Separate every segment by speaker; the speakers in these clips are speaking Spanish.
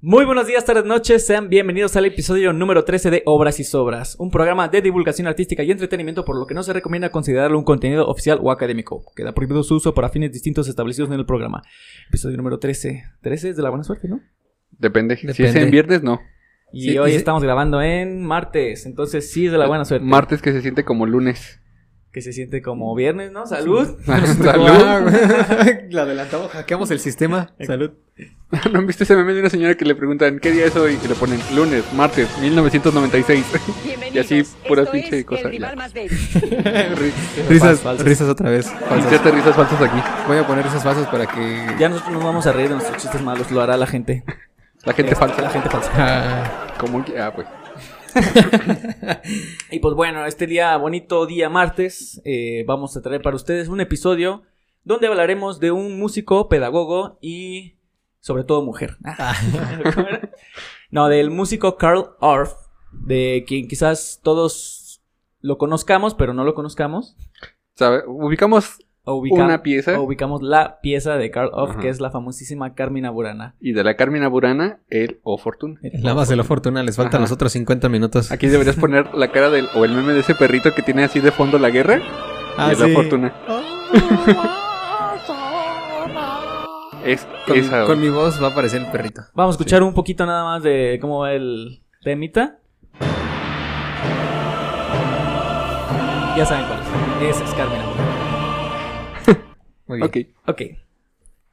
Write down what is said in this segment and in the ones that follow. Speaker 1: Muy buenos días, tardes, noches. Sean bienvenidos al episodio número 13 de Obras y Sobras, un programa de divulgación artística y entretenimiento por lo que no se recomienda considerarlo un contenido oficial o académico. Queda prohibido su uso para fines distintos establecidos en el programa. Episodio número 13. 13 es de la buena suerte, ¿no?
Speaker 2: Depende. Si es
Speaker 3: Depende.
Speaker 2: en viernes, no.
Speaker 1: Y
Speaker 3: Sí,
Speaker 1: hoy
Speaker 3: y se-
Speaker 1: estamos grabando en martes, entonces sí es de la
Speaker 2: Eh,
Speaker 1: buena suerte.
Speaker 2: Martes que se siente como lunes.
Speaker 1: que se siente como viernes, ¿no? Salud.
Speaker 2: Salud.
Speaker 3: La adelantamos, hackeamos el sistema. Salud.
Speaker 2: ¿No han visto ese meme de una señora que le preguntan qué día es hoy? Y le ponen lunes, martes, 1996.
Speaker 4: Bienvenidos.
Speaker 2: Y así, puras
Speaker 4: Esto
Speaker 2: pinche
Speaker 4: es
Speaker 2: cosas,
Speaker 4: El rival
Speaker 2: ya.
Speaker 4: más débil.
Speaker 3: Risas,
Speaker 1: Falsas, falsas.
Speaker 3: risas otra vez. falsas.
Speaker 2: Inserte risas falsas aquí.
Speaker 3: Voy a poner risas falsas para que.
Speaker 1: Ya nosotros nos vamos a reír de nuestros chistes malos, lo hará la gente.
Speaker 2: La
Speaker 1: Este.
Speaker 2: gente falsa. La gente falsa.
Speaker 3: Ah,
Speaker 2: Como que- Ah, pues.
Speaker 1: Y pues bueno, este día, bonito día martes, eh, vamos a traer para ustedes un episodio donde hablaremos de un músico, pedagogo y sobre todo mujer. ¿Cómo era? no, del músico Carl Orff, de quien quizás todos lo conozcamos, pero no lo conozcamos.
Speaker 2: ¿Sabe? Ubicamos
Speaker 1: O ubica-
Speaker 2: una pieza
Speaker 1: o ubicamos la pieza de Carl Orff,
Speaker 2: Ajá.
Speaker 1: que es la famosísima Carmina Burana.
Speaker 2: y de la Carmina Burana, el O Fortuna.
Speaker 3: la más de la fortuna, les faltan
Speaker 2: Ajá.
Speaker 3: los otros 50 minutos.
Speaker 2: Aquí deberías poner la cara del o el meme de ese perrito que tiene así de fondo la guerra
Speaker 1: Ah,
Speaker 2: y el O Ah, Fortuna. Es
Speaker 3: Con,
Speaker 2: esa.
Speaker 3: con mi voz va a aparecer el perrito.
Speaker 1: Vamos a escuchar un poquito nada más de cómo va el temita. Ya saben cuál es. Ese es Carmina Burana.
Speaker 3: Muy bien.
Speaker 2: Ok.
Speaker 1: Ok.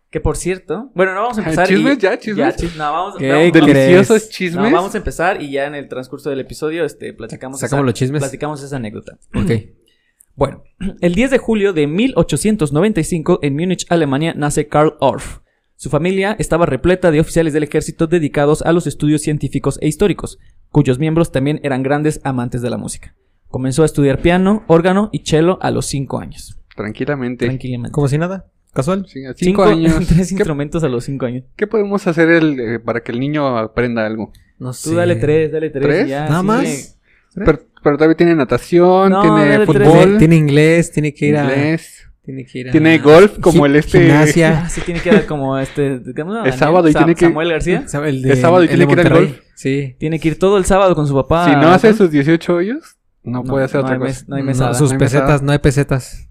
Speaker 1: Que por cierto. Bueno, no vamos a empezar.
Speaker 2: ¿Chismes
Speaker 1: y-
Speaker 2: ya? ¿Chismes?
Speaker 1: chis- no, vamos,
Speaker 3: ¿Qué
Speaker 1: vamos-
Speaker 3: crees?
Speaker 2: Deliciosos
Speaker 1: no,
Speaker 2: chismes.
Speaker 1: vamos a empezar y ya en el transcurso del episodio este, platicamos,
Speaker 3: Sacamos los chismes.
Speaker 1: platicamos esa anécdota.
Speaker 3: Ok.
Speaker 1: Bueno, el 10 de julio de 1895 en Múnich, Alemania, nace Karl Orff. Su familia estaba repleta de oficiales del ejército dedicados a los estudios científicos e históricos, cuyos miembros también eran grandes amantes de la música. Comenzó a estudiar piano, órgano y cello a los 5 años.
Speaker 2: Tranquilamente.
Speaker 1: Tranquilamente.
Speaker 3: Como si nada. Casual.
Speaker 2: Sí, a cinco años.
Speaker 1: Tres
Speaker 2: ¿Qué,
Speaker 1: instrumentos a los 5 años.
Speaker 2: qué podemos hacer el, eh, para que el niño aprenda algo?
Speaker 3: No
Speaker 1: Tú dale 3, dale 3.
Speaker 2: ¿Tres?
Speaker 3: Nada más.
Speaker 2: Pero, pero todavía tiene natación,
Speaker 1: No,
Speaker 2: tiene
Speaker 1: dale tres.
Speaker 2: fútbol,
Speaker 3: Tiene, tiene inglés, tiene que ir a.
Speaker 2: inglés,
Speaker 3: Tiene que ir a.
Speaker 2: tiene golf como
Speaker 3: Gi-
Speaker 2: el este.
Speaker 3: Gimnasia.
Speaker 1: Así Ah, tiene que dar como este. ¿cómo se llama?
Speaker 2: Es sábado y tiene que-
Speaker 1: Samuel García.
Speaker 3: El,
Speaker 2: Es sábado y tiene que ir al
Speaker 3: Monterrey.
Speaker 2: golf.
Speaker 3: Sí.
Speaker 1: Tiene que ir todo el sábado con su papá.
Speaker 2: si no hace sus 18 hoyos, no, puede hacer
Speaker 1: Ah, no
Speaker 2: otra
Speaker 1: hay
Speaker 2: cosa.
Speaker 1: mes- no hay mesada.
Speaker 3: sus
Speaker 2: No hay
Speaker 3: pesetas,
Speaker 2: mesada.
Speaker 3: no hay pesetas.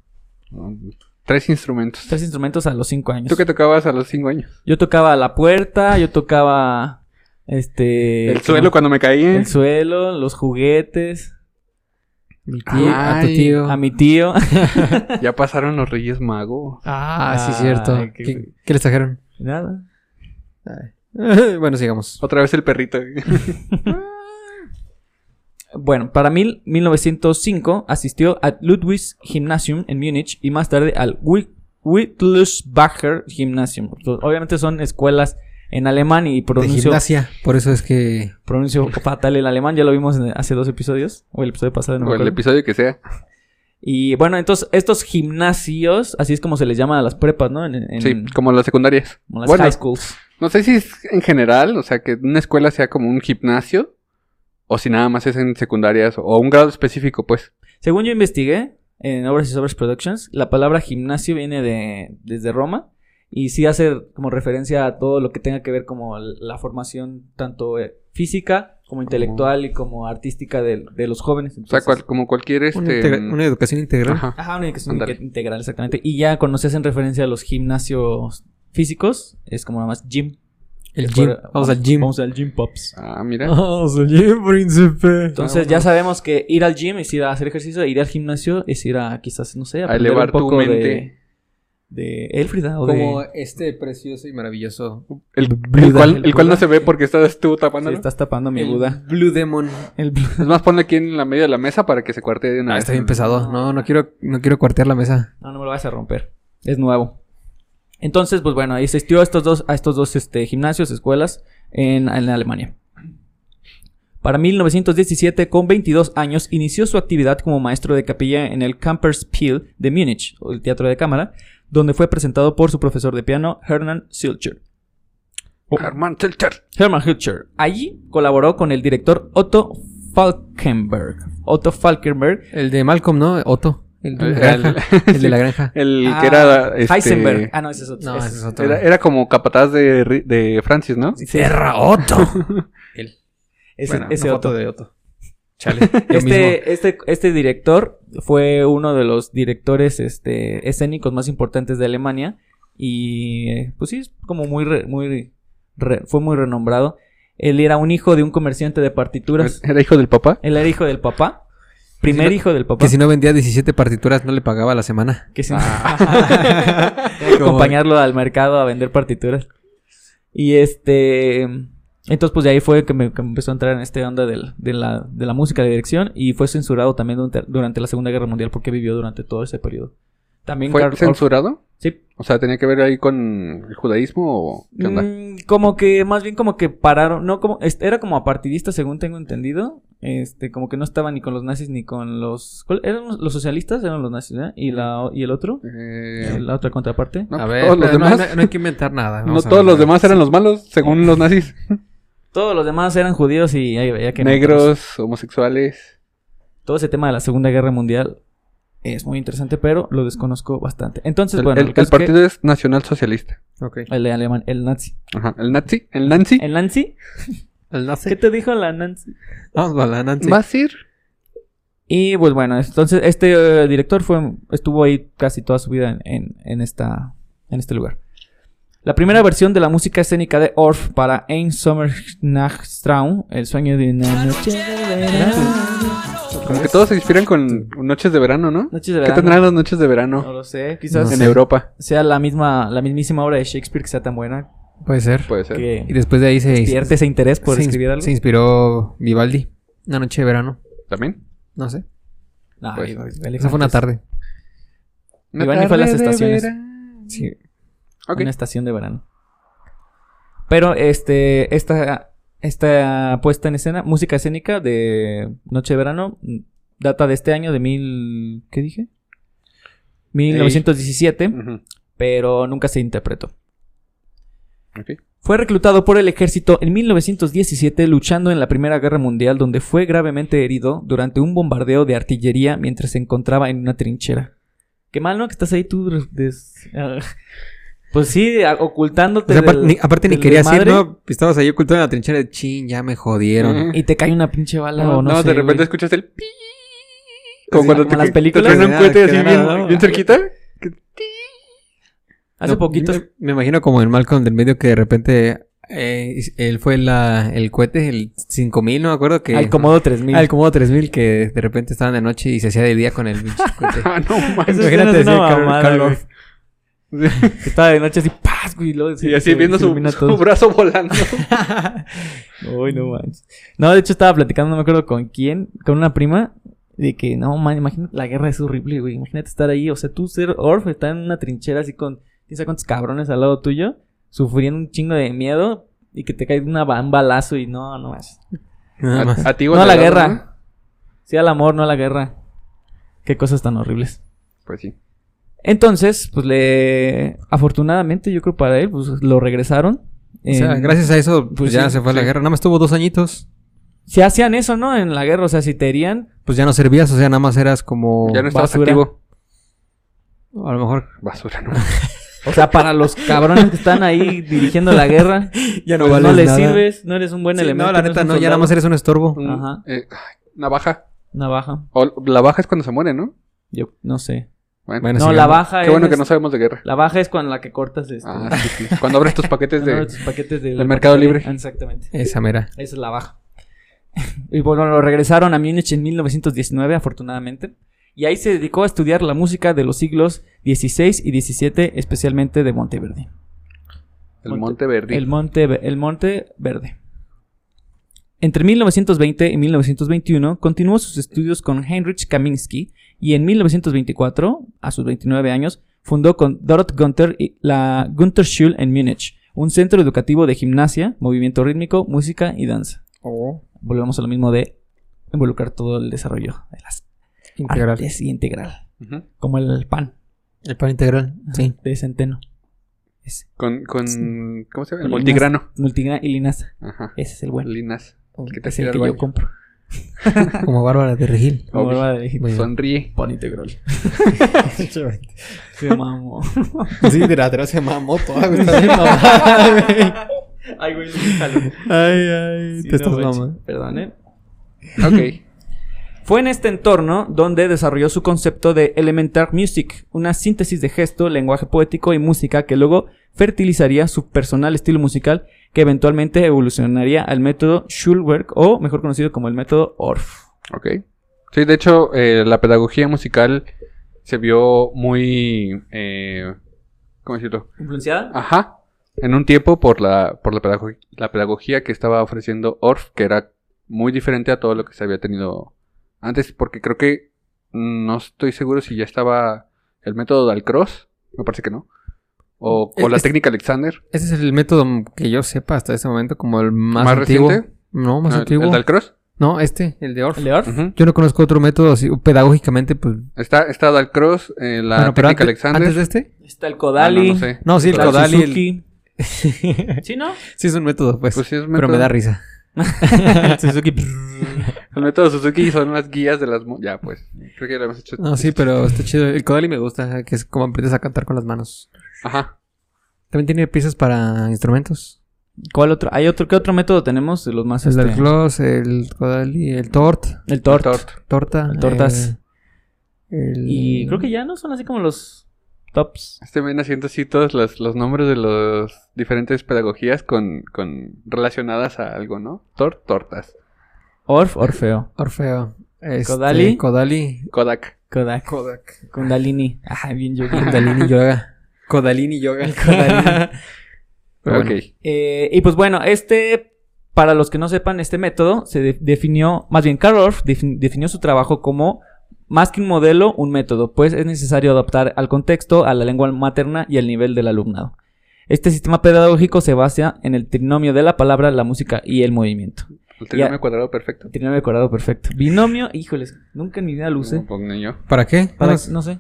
Speaker 2: Tres instrumentos.
Speaker 1: Tres instrumentos a los cinco años.
Speaker 2: ¿Tú qué tocabas a los 5 años?
Speaker 1: Yo tocaba la puerta, yo tocaba este
Speaker 2: el suelo cuando me caí.
Speaker 1: el suelo, los juguetes,
Speaker 3: Mi tío, Ah, a tu
Speaker 2: Ay,
Speaker 3: tío.
Speaker 1: a mi tío.
Speaker 2: Ya pasaron los Reyes Magos.
Speaker 3: Ah, sí,
Speaker 1: Ay,
Speaker 3: cierto.
Speaker 1: qué-
Speaker 3: ¿Qué, qué les trajeron?
Speaker 1: Nada.
Speaker 3: bueno, sigamos.
Speaker 2: Otra vez el perrito.
Speaker 1: Bueno, para mil- 1905 asistió a Ludwig's Gymnasium en Múnich y más tarde al Wi- Wittelsbacher Gymnasium. Obviamente son escuelas en alemán y
Speaker 3: De
Speaker 1: pronuncio
Speaker 3: gimnasia. Por eso es que.
Speaker 1: pronuncio fatal el alemán, ya lo vimos en- hace dos episodios, o el episodio pasado, no me
Speaker 2: o el
Speaker 1: acuerdo.
Speaker 2: episodio que sea.
Speaker 1: Y bueno, entonces estos gimnasios, así es como se les llama a las prepas, ¿no? En, en-
Speaker 2: Sí, como las secundarias.
Speaker 1: como las
Speaker 2: bueno,
Speaker 1: high schools.
Speaker 2: No sé si es en general, o sea, que una escuela sea como un gimnasio. O si nada más es en secundarias o un grado específico, pues.
Speaker 1: Según yo investigué en Obras y Sobras Productions, la palabra gimnasio viene de desde Roma y sí hace como referencia a todo lo que tenga que ver como la formación tanto eh, física como intelectual y como artística de, de los jóvenes.
Speaker 2: O sea,
Speaker 1: Entonces-
Speaker 2: cual- como cualquier este.
Speaker 3: Una, integra- una educación integral.
Speaker 2: Ajá.
Speaker 1: Ajá, una educación
Speaker 2: Ándale.
Speaker 1: inte- integral, exactamente. Y ya cuando se hacen referencia a los gimnasios físicos, es como nada más gym.
Speaker 3: El
Speaker 1: Que
Speaker 3: gym.
Speaker 1: fuera-
Speaker 3: Vamos al gym.
Speaker 1: Vamos al gym pops.
Speaker 2: Ah, mira.
Speaker 3: Vamos al gym, príncipe.
Speaker 1: Entonces ya sabemos que ir al gym es ir a hacer ejercicio, e ir al gimnasio es ir a quizás, no sé,
Speaker 2: A
Speaker 1: aprender
Speaker 2: elevar
Speaker 1: un poco
Speaker 2: tu mente.
Speaker 1: de, de Elfrida o
Speaker 3: Como
Speaker 1: de...
Speaker 3: este precioso y maravilloso.
Speaker 2: El,
Speaker 3: Buda.
Speaker 2: el cual, el cual no
Speaker 3: Buda.
Speaker 2: se ve porque estás tú
Speaker 1: Sí,
Speaker 2: tapándolo.
Speaker 1: estás tapando mi
Speaker 3: el
Speaker 1: Buda.
Speaker 3: Blue Demon.
Speaker 1: El Blue-
Speaker 2: Es más, ponle aquí en la medio de la mesa para que se cuartee de una
Speaker 3: Ah,
Speaker 2: vez.
Speaker 3: está bien pesado. No, no quiero, no quiero cuartear la mesa.
Speaker 1: No, no me lo vas a romper. Es nuevo. Entonces, pues bueno, ahí asistió a estos dos, a estos dos este, gimnasios, escuelas en, en Alemania. Para 1917, con 22 años, inició su actividad como maestro de capilla en el Kamperspiel de Múnich, o el Teatro de Cámara, donde fue presentado por su profesor de piano, Hermann Silcher.
Speaker 2: Herman Telcher.
Speaker 1: Hermann Hilscher. Allí colaboró con el director Otto Falkenberg. Otto Falkenberg
Speaker 3: El de Malcolm, ¿no? Otto. El de
Speaker 2: El-
Speaker 3: la granja. El de la granja.
Speaker 2: El
Speaker 1: Ah,
Speaker 2: que era. este,
Speaker 1: Heisenberg. Ah, no, ese es otro.
Speaker 3: No,
Speaker 1: Ese
Speaker 3: ese es
Speaker 1: es-
Speaker 3: otro.
Speaker 2: Era, era como capataz de, Ri- de Francis, ¿no?
Speaker 3: Serra Otto. Él.
Speaker 1: ese-
Speaker 2: Bueno,
Speaker 1: ese
Speaker 3: Una
Speaker 1: otro.
Speaker 3: foto de Otto. Chale. Yo mismo.
Speaker 1: Este, este, este director fue uno de los directores este, escénicos más importantes de Alemania. Y eh, pues sí, es como muy, re- muy re- fue muy renombrado. Él era un hijo de un comerciante de partituras.
Speaker 2: Era hijo del papá.
Speaker 1: Él era hijo del papá. Primer
Speaker 3: Pues, Si no-
Speaker 1: hijo del papá.
Speaker 3: Que si Ah, no vendía 17 partituras, no le pagaba la semana.
Speaker 1: que si no- acompañarlo al mercado a vender partituras. Y este. Entonces, pues de ahí fue que me, que me empezó a entrar en este onda del- de, la, de la música de dirección y fue censurado también durante, durante la Segunda Guerra Mundial porque vivió durante todo ese periodo. También
Speaker 2: ¿Fue
Speaker 1: Karl Orff-
Speaker 2: censurado?
Speaker 1: Sí.
Speaker 2: O sea, ¿tenía que ver ahí con el judaísmo o qué onda?
Speaker 1: Mm, como que, más bien como que pararon, no como, este, era como apartidista según tengo entendido, este, como que no estaba ni con los nazis ni con los, ¿cuál? eran los, los socialistas, eran los nazis, ¿verdad? Y la, y el otro,
Speaker 2: Eh,
Speaker 1: la otra contraparte.
Speaker 2: no,
Speaker 3: A
Speaker 2: pues,
Speaker 3: ver,
Speaker 2: todos los
Speaker 3: espera, no,
Speaker 2: demás.
Speaker 3: no- no hay que inventar nada.
Speaker 2: No
Speaker 3: Vamos a
Speaker 2: todos
Speaker 3: ver.
Speaker 2: los demás eran los malos, según los nazis.
Speaker 1: Todos los demás eran judíos y ahí veía que no, pues,
Speaker 2: Negros, homosexuales.
Speaker 1: todo ese tema de la Segunda Guerra Mundial es muy interesante, pero lo desconozco bastante. Entonces,
Speaker 2: El,
Speaker 1: Pues bueno,
Speaker 2: el-
Speaker 1: el, caso
Speaker 2: el
Speaker 1: es que-
Speaker 2: partido es nacional socialista.
Speaker 3: Ok.
Speaker 1: el de alemán, el nazi.
Speaker 2: Ajá. El nazi. El Nancy.
Speaker 1: ¿El Nancy?
Speaker 3: El nazi.
Speaker 1: ¿Qué te dijo la Nancy?
Speaker 3: Vamos para la Nancy.
Speaker 2: ¿Vas a ir?
Speaker 1: Y pues bueno, entonces este eh, director fue, estuvo ahí casi toda su vida en, en- en esta, en este lugar. La primera versión de la música escénica de Orff para Ein Sommernachtstraum, El sueño de una noche de verano.
Speaker 2: Como que todos se inspiran con noches de verano, ¿no?
Speaker 1: Noches de
Speaker 2: ¿Qué
Speaker 1: verano.
Speaker 2: tendrán las noches de
Speaker 1: No
Speaker 2: verano
Speaker 1: lo sé, quizás
Speaker 3: No
Speaker 2: en
Speaker 3: sé.
Speaker 2: Europa?
Speaker 1: sea la misma, la mismísima obra de Shakespeare que sea tan buena
Speaker 3: Puede ser.
Speaker 2: Puede ser.
Speaker 1: que
Speaker 3: Y después de ahí se,
Speaker 1: despierte ese interés por
Speaker 3: se, ins-
Speaker 1: escribir algo.
Speaker 3: se inspiró Vivaldi. Una noche de verano.
Speaker 2: ¿También?
Speaker 3: No sé.
Speaker 1: No,
Speaker 2: Pues,
Speaker 1: Iván-
Speaker 3: Esa fue una
Speaker 1: Alexander,
Speaker 3: tarde.
Speaker 1: Iván y fue a las
Speaker 2: Una tarde de
Speaker 1: estaciones.
Speaker 2: verano.
Speaker 3: Sí.
Speaker 2: Ok.
Speaker 1: Una estación de verano. Pero este, esta, esta puesta en escena, música escénica de Noche de Verano, mm, data de este año de mil. ¿Qué dije? 1917,
Speaker 2: Ujú.
Speaker 1: pero nunca se interpretó.
Speaker 2: Ok.
Speaker 1: Fue reclutado por el ejército en 1917 luchando en la Primera Guerra Mundial donde fue gravemente herido durante un bombardeo de artillería mientras se encontraba en una trinchera. Qué mal, ¿no? Que estás ahí tú... des- ah, Pues sí, a- ocultándote
Speaker 3: O sea, aparte,
Speaker 1: del-
Speaker 3: Pues, ni, aparte ni
Speaker 1: del
Speaker 3: querías ir,
Speaker 1: desmadre
Speaker 3: ¿no? Estabas ahí oculto en la trinchera de chin, ya me
Speaker 2: Ujú.
Speaker 3: jodieron.
Speaker 1: Y te cae una pinche bala o
Speaker 2: No,
Speaker 1: no,
Speaker 2: no,
Speaker 1: sé,
Speaker 2: de repente
Speaker 1: güey.
Speaker 2: escuchas el pi. Como
Speaker 1: Sí,
Speaker 2: cuando
Speaker 1: como
Speaker 2: te,
Speaker 1: las
Speaker 2: te
Speaker 1: películas.
Speaker 2: truena
Speaker 3: Que
Speaker 2: un cohete
Speaker 3: nada,
Speaker 2: así
Speaker 3: que
Speaker 2: bien,
Speaker 3: nada.
Speaker 2: bien cerquita.
Speaker 1: Hace
Speaker 3: No,
Speaker 1: poquito...
Speaker 3: Me, me imagino como en Malcolm del medio que de repente eh, él fue la, el cohete, el 5000, no me acuerdo que.
Speaker 1: Al Comodo 3000.
Speaker 3: Ah, el Comodo 3000 que de repente estaban de noche y se hacía de día con el pinche cohete.
Speaker 2: Ah, no
Speaker 1: Eso
Speaker 2: manches.
Speaker 1: es una
Speaker 3: Imagínate así, Karl-
Speaker 1: mamada,
Speaker 3: Karl
Speaker 1: güey.
Speaker 3: Orff.
Speaker 1: Que Estaba de noche así... ¡Paz! güey, y luego se-
Speaker 2: Y así
Speaker 1: se-
Speaker 2: viendo
Speaker 1: se
Speaker 2: su,
Speaker 1: ilumina
Speaker 2: su
Speaker 1: todo.
Speaker 2: brazo volando.
Speaker 1: Uy, no manches. No, de hecho estaba platicando, no me acuerdo con quién, con una prima, de que no, man, imagínate, la guerra es horrible, güey. Imagínate estar ahí, o sea, tú ser Orf, estar en una trinchera así con, quién sabe cuántos cabrones al lado tuyo, sufriendo un chingo de miedo y que te caiga una, ba- un balazo y no, no más.
Speaker 3: Nada más.
Speaker 2: A, a ti
Speaker 1: No
Speaker 2: igual
Speaker 1: a la
Speaker 2: te daba,
Speaker 1: guerra.
Speaker 2: ¿no?
Speaker 1: Sí al amor, no a la guerra. Qué cosas tan horribles.
Speaker 2: Pues sí.
Speaker 1: Entonces, pues le. Afortunadamente, yo creo para él, pues lo regresaron.
Speaker 3: O sea,
Speaker 1: En-
Speaker 3: gracias a eso pues,
Speaker 1: pues
Speaker 3: ya
Speaker 1: sí,
Speaker 3: se fue a la
Speaker 2: sí.
Speaker 3: guerra. Nada más tuvo dos añitos.
Speaker 1: Se hacían eso, ¿no? En la guerra, o sea, si te herían.
Speaker 3: Pues ya no servías, o sea, nada más eras como.
Speaker 2: Ya no estabas
Speaker 1: basura.
Speaker 2: activo.
Speaker 3: A lo mejor.
Speaker 2: Basura, no.
Speaker 1: O sea, para los cabrones que están ahí dirigiendo la guerra.
Speaker 3: Ya
Speaker 1: Pues no le sirves, no eres un buen elemento.
Speaker 3: no, la
Speaker 1: eres
Speaker 3: neta,
Speaker 1: un
Speaker 3: no, ya nada
Speaker 1: soldado.
Speaker 3: más eres un estorbo.
Speaker 2: Un-
Speaker 1: Ajá.
Speaker 2: eh, ay, navaja.
Speaker 1: Navaja,
Speaker 2: O la baja es cuando se muere, ¿no?
Speaker 1: yo no sé.
Speaker 2: Bueno.
Speaker 3: Bueno,
Speaker 1: No,
Speaker 3: sigamos.
Speaker 1: la baja
Speaker 2: Qué
Speaker 1: es.
Speaker 2: bueno que no sabemos de guerra.
Speaker 1: La baja es con la que cortas este,
Speaker 2: Ah, sí, sí. Cuando abres tus paquetes
Speaker 1: uno de
Speaker 2: de...
Speaker 1: tus paquetes del
Speaker 2: del Mercado Libre.
Speaker 1: Ah, Exactamente.
Speaker 3: Esa mera.
Speaker 1: Esa es la baja. y bueno, lo regresaron a Múnich en 1919, afortunadamente. Y ahí se dedicó a estudiar la música de los siglos XVI y XVII, especialmente de Monteverdi.
Speaker 2: El Monte Verde.
Speaker 1: El Monte, Ve- el Monte Verde. Entre 1920 y 1921 continuó sus estudios con Heinrich Kaminski y en 1924, a sus 29 años, fundó con Dorot Gunther y- la Gunther Schule en Múnich, un centro educativo de gimnasia, movimiento rítmico, música y danza.
Speaker 3: Oh.
Speaker 1: Volvemos a lo mismo de involucrar todo el desarrollo de las
Speaker 3: Integral.
Speaker 1: artes y integral,
Speaker 2: Ujú.
Speaker 1: como el pan
Speaker 3: Ah, El pan integral. Sí.
Speaker 1: de centeno. Ese.
Speaker 2: Con, con... ¿Cómo se llama? El
Speaker 1: Linas.
Speaker 2: multigrano.
Speaker 1: Multigrana y linaza.
Speaker 2: Ajá.
Speaker 1: Ese es el bueno.
Speaker 2: Linas. El que te
Speaker 1: Es el
Speaker 2: tira al
Speaker 1: que yo
Speaker 2: baño.
Speaker 1: compro.
Speaker 3: Como Bárbara de Regil.
Speaker 1: Como
Speaker 2: Ok.
Speaker 1: Bárbara de Regil.
Speaker 3: Muy bien.
Speaker 2: Sonríe.
Speaker 1: Pon integral. Se mamó.
Speaker 4: Sí, de atrás se mamó toda, güey. Está bien mamada, güey.
Speaker 1: Ay, güey, sí, jalo.
Speaker 4: Ay, ay,
Speaker 1: Sí,
Speaker 4: te estás
Speaker 1: no, güey,
Speaker 4: mamando.
Speaker 1: Perdón, ¿eh?
Speaker 2: Ok.
Speaker 1: Fue en este entorno donde desarrolló su concepto de Elementar Music, una síntesis de gesto, lenguaje poético y música que luego fertilizaría su personal estilo musical que eventualmente evolucionaría al método Schulwerk o mejor conocido como el método Orff.
Speaker 2: Ok. Sí, de hecho, eh, la pedagogía musical se vio muy... Eh, ¿Cómo decirlo?
Speaker 1: ¿Influenciada?
Speaker 2: Ajá. En un tiempo por la, por la, pedago- la pedagogía que estaba ofreciendo Orff, que era muy diferente a todo lo que se había tenido antes, porque creo que mm, no estoy seguro si ya estaba el método Dalcross, me parece que no. O, o
Speaker 3: Es-
Speaker 2: la
Speaker 3: es-
Speaker 2: técnica Alexander.
Speaker 3: Ese es el método que yo sepa hasta ese momento como el más,
Speaker 2: ¿Más
Speaker 3: antiguo.
Speaker 2: reciente?
Speaker 3: No, más
Speaker 2: No, el-
Speaker 3: antiguo.
Speaker 2: ¿El Dalcross?
Speaker 3: No, este, el de Orff.
Speaker 1: ¿El de Orff?
Speaker 2: Ujú.
Speaker 3: Yo no conozco otro método así, pedagógicamente, pues...
Speaker 2: Está, está Dalcross, eh, la
Speaker 3: bueno,
Speaker 2: técnica
Speaker 3: pero ante-
Speaker 2: Alexander.
Speaker 3: antes de este.
Speaker 1: Está el
Speaker 2: Ah, no,
Speaker 1: Kodali.
Speaker 2: no sé.
Speaker 3: No, sí, el
Speaker 1: Está el
Speaker 3: caudal y el...
Speaker 1: Suzuki.
Speaker 3: sí,
Speaker 1: ¿Sí, no?
Speaker 3: es un método, pues.
Speaker 2: Pues sí, es
Speaker 3: Pero
Speaker 2: método.
Speaker 3: me da risa. El Suzuki...
Speaker 2: El método Suzuki son las guías de las... mu- Ya, pues. Creo que lo hemos hecho.
Speaker 3: No, sí, pero está chido. El Kodali me gusta, que es como aprendes a cantar con las manos.
Speaker 2: Ajá.
Speaker 3: También tiene piezas para instrumentos.
Speaker 1: ¿Cuál otro? ¿Hay otro? ¿Qué otro método tenemos? de Los más
Speaker 3: el del
Speaker 1: este,
Speaker 3: Gloss, el Kodali, el Tort,
Speaker 1: El Tort.
Speaker 2: Tort.
Speaker 3: Torta.
Speaker 1: El Tortas.
Speaker 3: eh, el-
Speaker 1: Y creo que ya no son así como los tops.
Speaker 2: Este ven haciendo así todos los, los nombres de las diferentes pedagogías con, con relacionadas a algo, ¿no? Tor, tortas.
Speaker 1: Orf, Orfeo.
Speaker 3: Orfeo. Este,
Speaker 1: Kodali.
Speaker 3: Kodali.
Speaker 2: Kodak.
Speaker 1: Kodak. Kodak. Kundalini. Ah, bien yo.
Speaker 3: Kundalini Yoga. Kodalini Yoga. Pero
Speaker 2: ok.
Speaker 3: bueno.
Speaker 1: Eh, y pues bueno, este, para los que no sepan, este método se de- definió, más bien Karl Orff defin- definió su trabajo como más que un modelo, un método, pues es necesario adaptar al contexto, a la lengua materna y al nivel del alumnado. Este sistema pedagógico se basa en el trinomio de la palabra, la música y el movimiento.
Speaker 2: El trinomio cuadrado perfecto.
Speaker 1: Trinomio de cuadrado perfecto. Binomio, híjoles, nunca en mi vida lo usé.
Speaker 2: Como pongo yo.
Speaker 3: ¿Para qué?
Speaker 1: Para-
Speaker 3: No, es,
Speaker 1: no sé.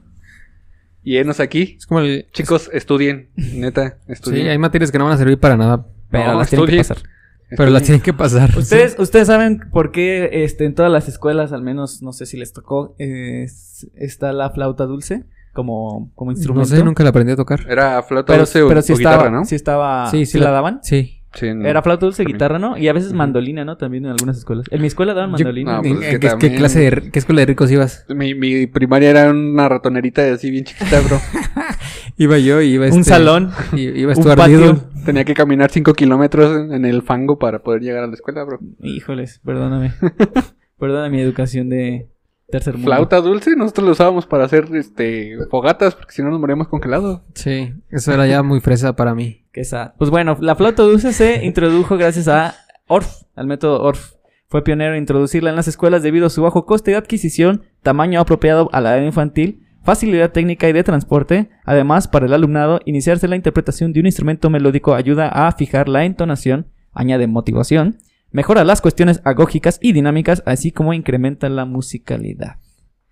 Speaker 2: Y enos aquí.
Speaker 3: es como el...
Speaker 2: Chicos, estudien. Neta, estudien.
Speaker 3: Sí, hay materias que no van a servir para nada,
Speaker 1: Pero
Speaker 2: No,
Speaker 1: las tienen que
Speaker 2: estudien.
Speaker 1: pasar.
Speaker 3: pero las tienen que pasar.
Speaker 1: Ustedes, ustedes saben por qué este, en todas las escuelas, al menos no sé si les tocó, es- está la flauta dulce como, como
Speaker 3: No
Speaker 1: instrumento.
Speaker 3: sé, nunca la aprendí a tocar.
Speaker 2: Era flauta
Speaker 1: Pero,
Speaker 2: dulce o,
Speaker 1: pero sí
Speaker 2: o
Speaker 1: estaba,
Speaker 2: guitarra, ¿no?
Speaker 1: sí estaba,
Speaker 3: Sí,
Speaker 1: sí,
Speaker 3: sí la-
Speaker 1: la, daban.
Speaker 3: Sí.
Speaker 2: Sí, en-
Speaker 1: Era flauta dulce,
Speaker 2: Mm. También.
Speaker 1: guitarra, ¿no? Y a veces
Speaker 2: Ujú.
Speaker 1: mandolina, ¿no? También en algunas escuelas. En mi escuela daban
Speaker 3: Yo-
Speaker 1: mandolina.
Speaker 2: No, pues,
Speaker 3: ¿en- en
Speaker 2: que
Speaker 3: qué, qué
Speaker 2: también-
Speaker 3: clase de... r- ¿Qué escuela de ricos ibas?
Speaker 2: mi, mi primaria era una ratonerita así bien chiquita, bro.
Speaker 3: Iba yo y iba
Speaker 1: Un salón,
Speaker 3: y- Iba este
Speaker 1: un
Speaker 3: Stuart Little.
Speaker 1: patio.
Speaker 2: Tenía que caminar 5 kilómetros en, en el fango para poder llegar a la escuela, bro.
Speaker 1: Mm. Híjoles, perdóname. Perdona mi educación de tercer mundo.
Speaker 2: Flauta dulce, nosotros lo usábamos para hacer este fogatas, porque si no nos moríamos congelados.
Speaker 3: Sí, eso era ya muy fresa para mí.
Speaker 1: Qué sad. Pues bueno, la flauta dulce se introdujo gracias a Orff, al método Orff. Fue pionero en introducirla en las escuelas debido a su bajo coste de adquisición, tamaño apropiado a la edad infantil, facilidad técnica y de transporte. Además, para el alumnado, iniciarse la interpretación de un instrumento melódico ayuda a fijar la entonación, añade motivación, mejora las cuestiones agógicas y dinámicas, así como incrementa la musicalidad.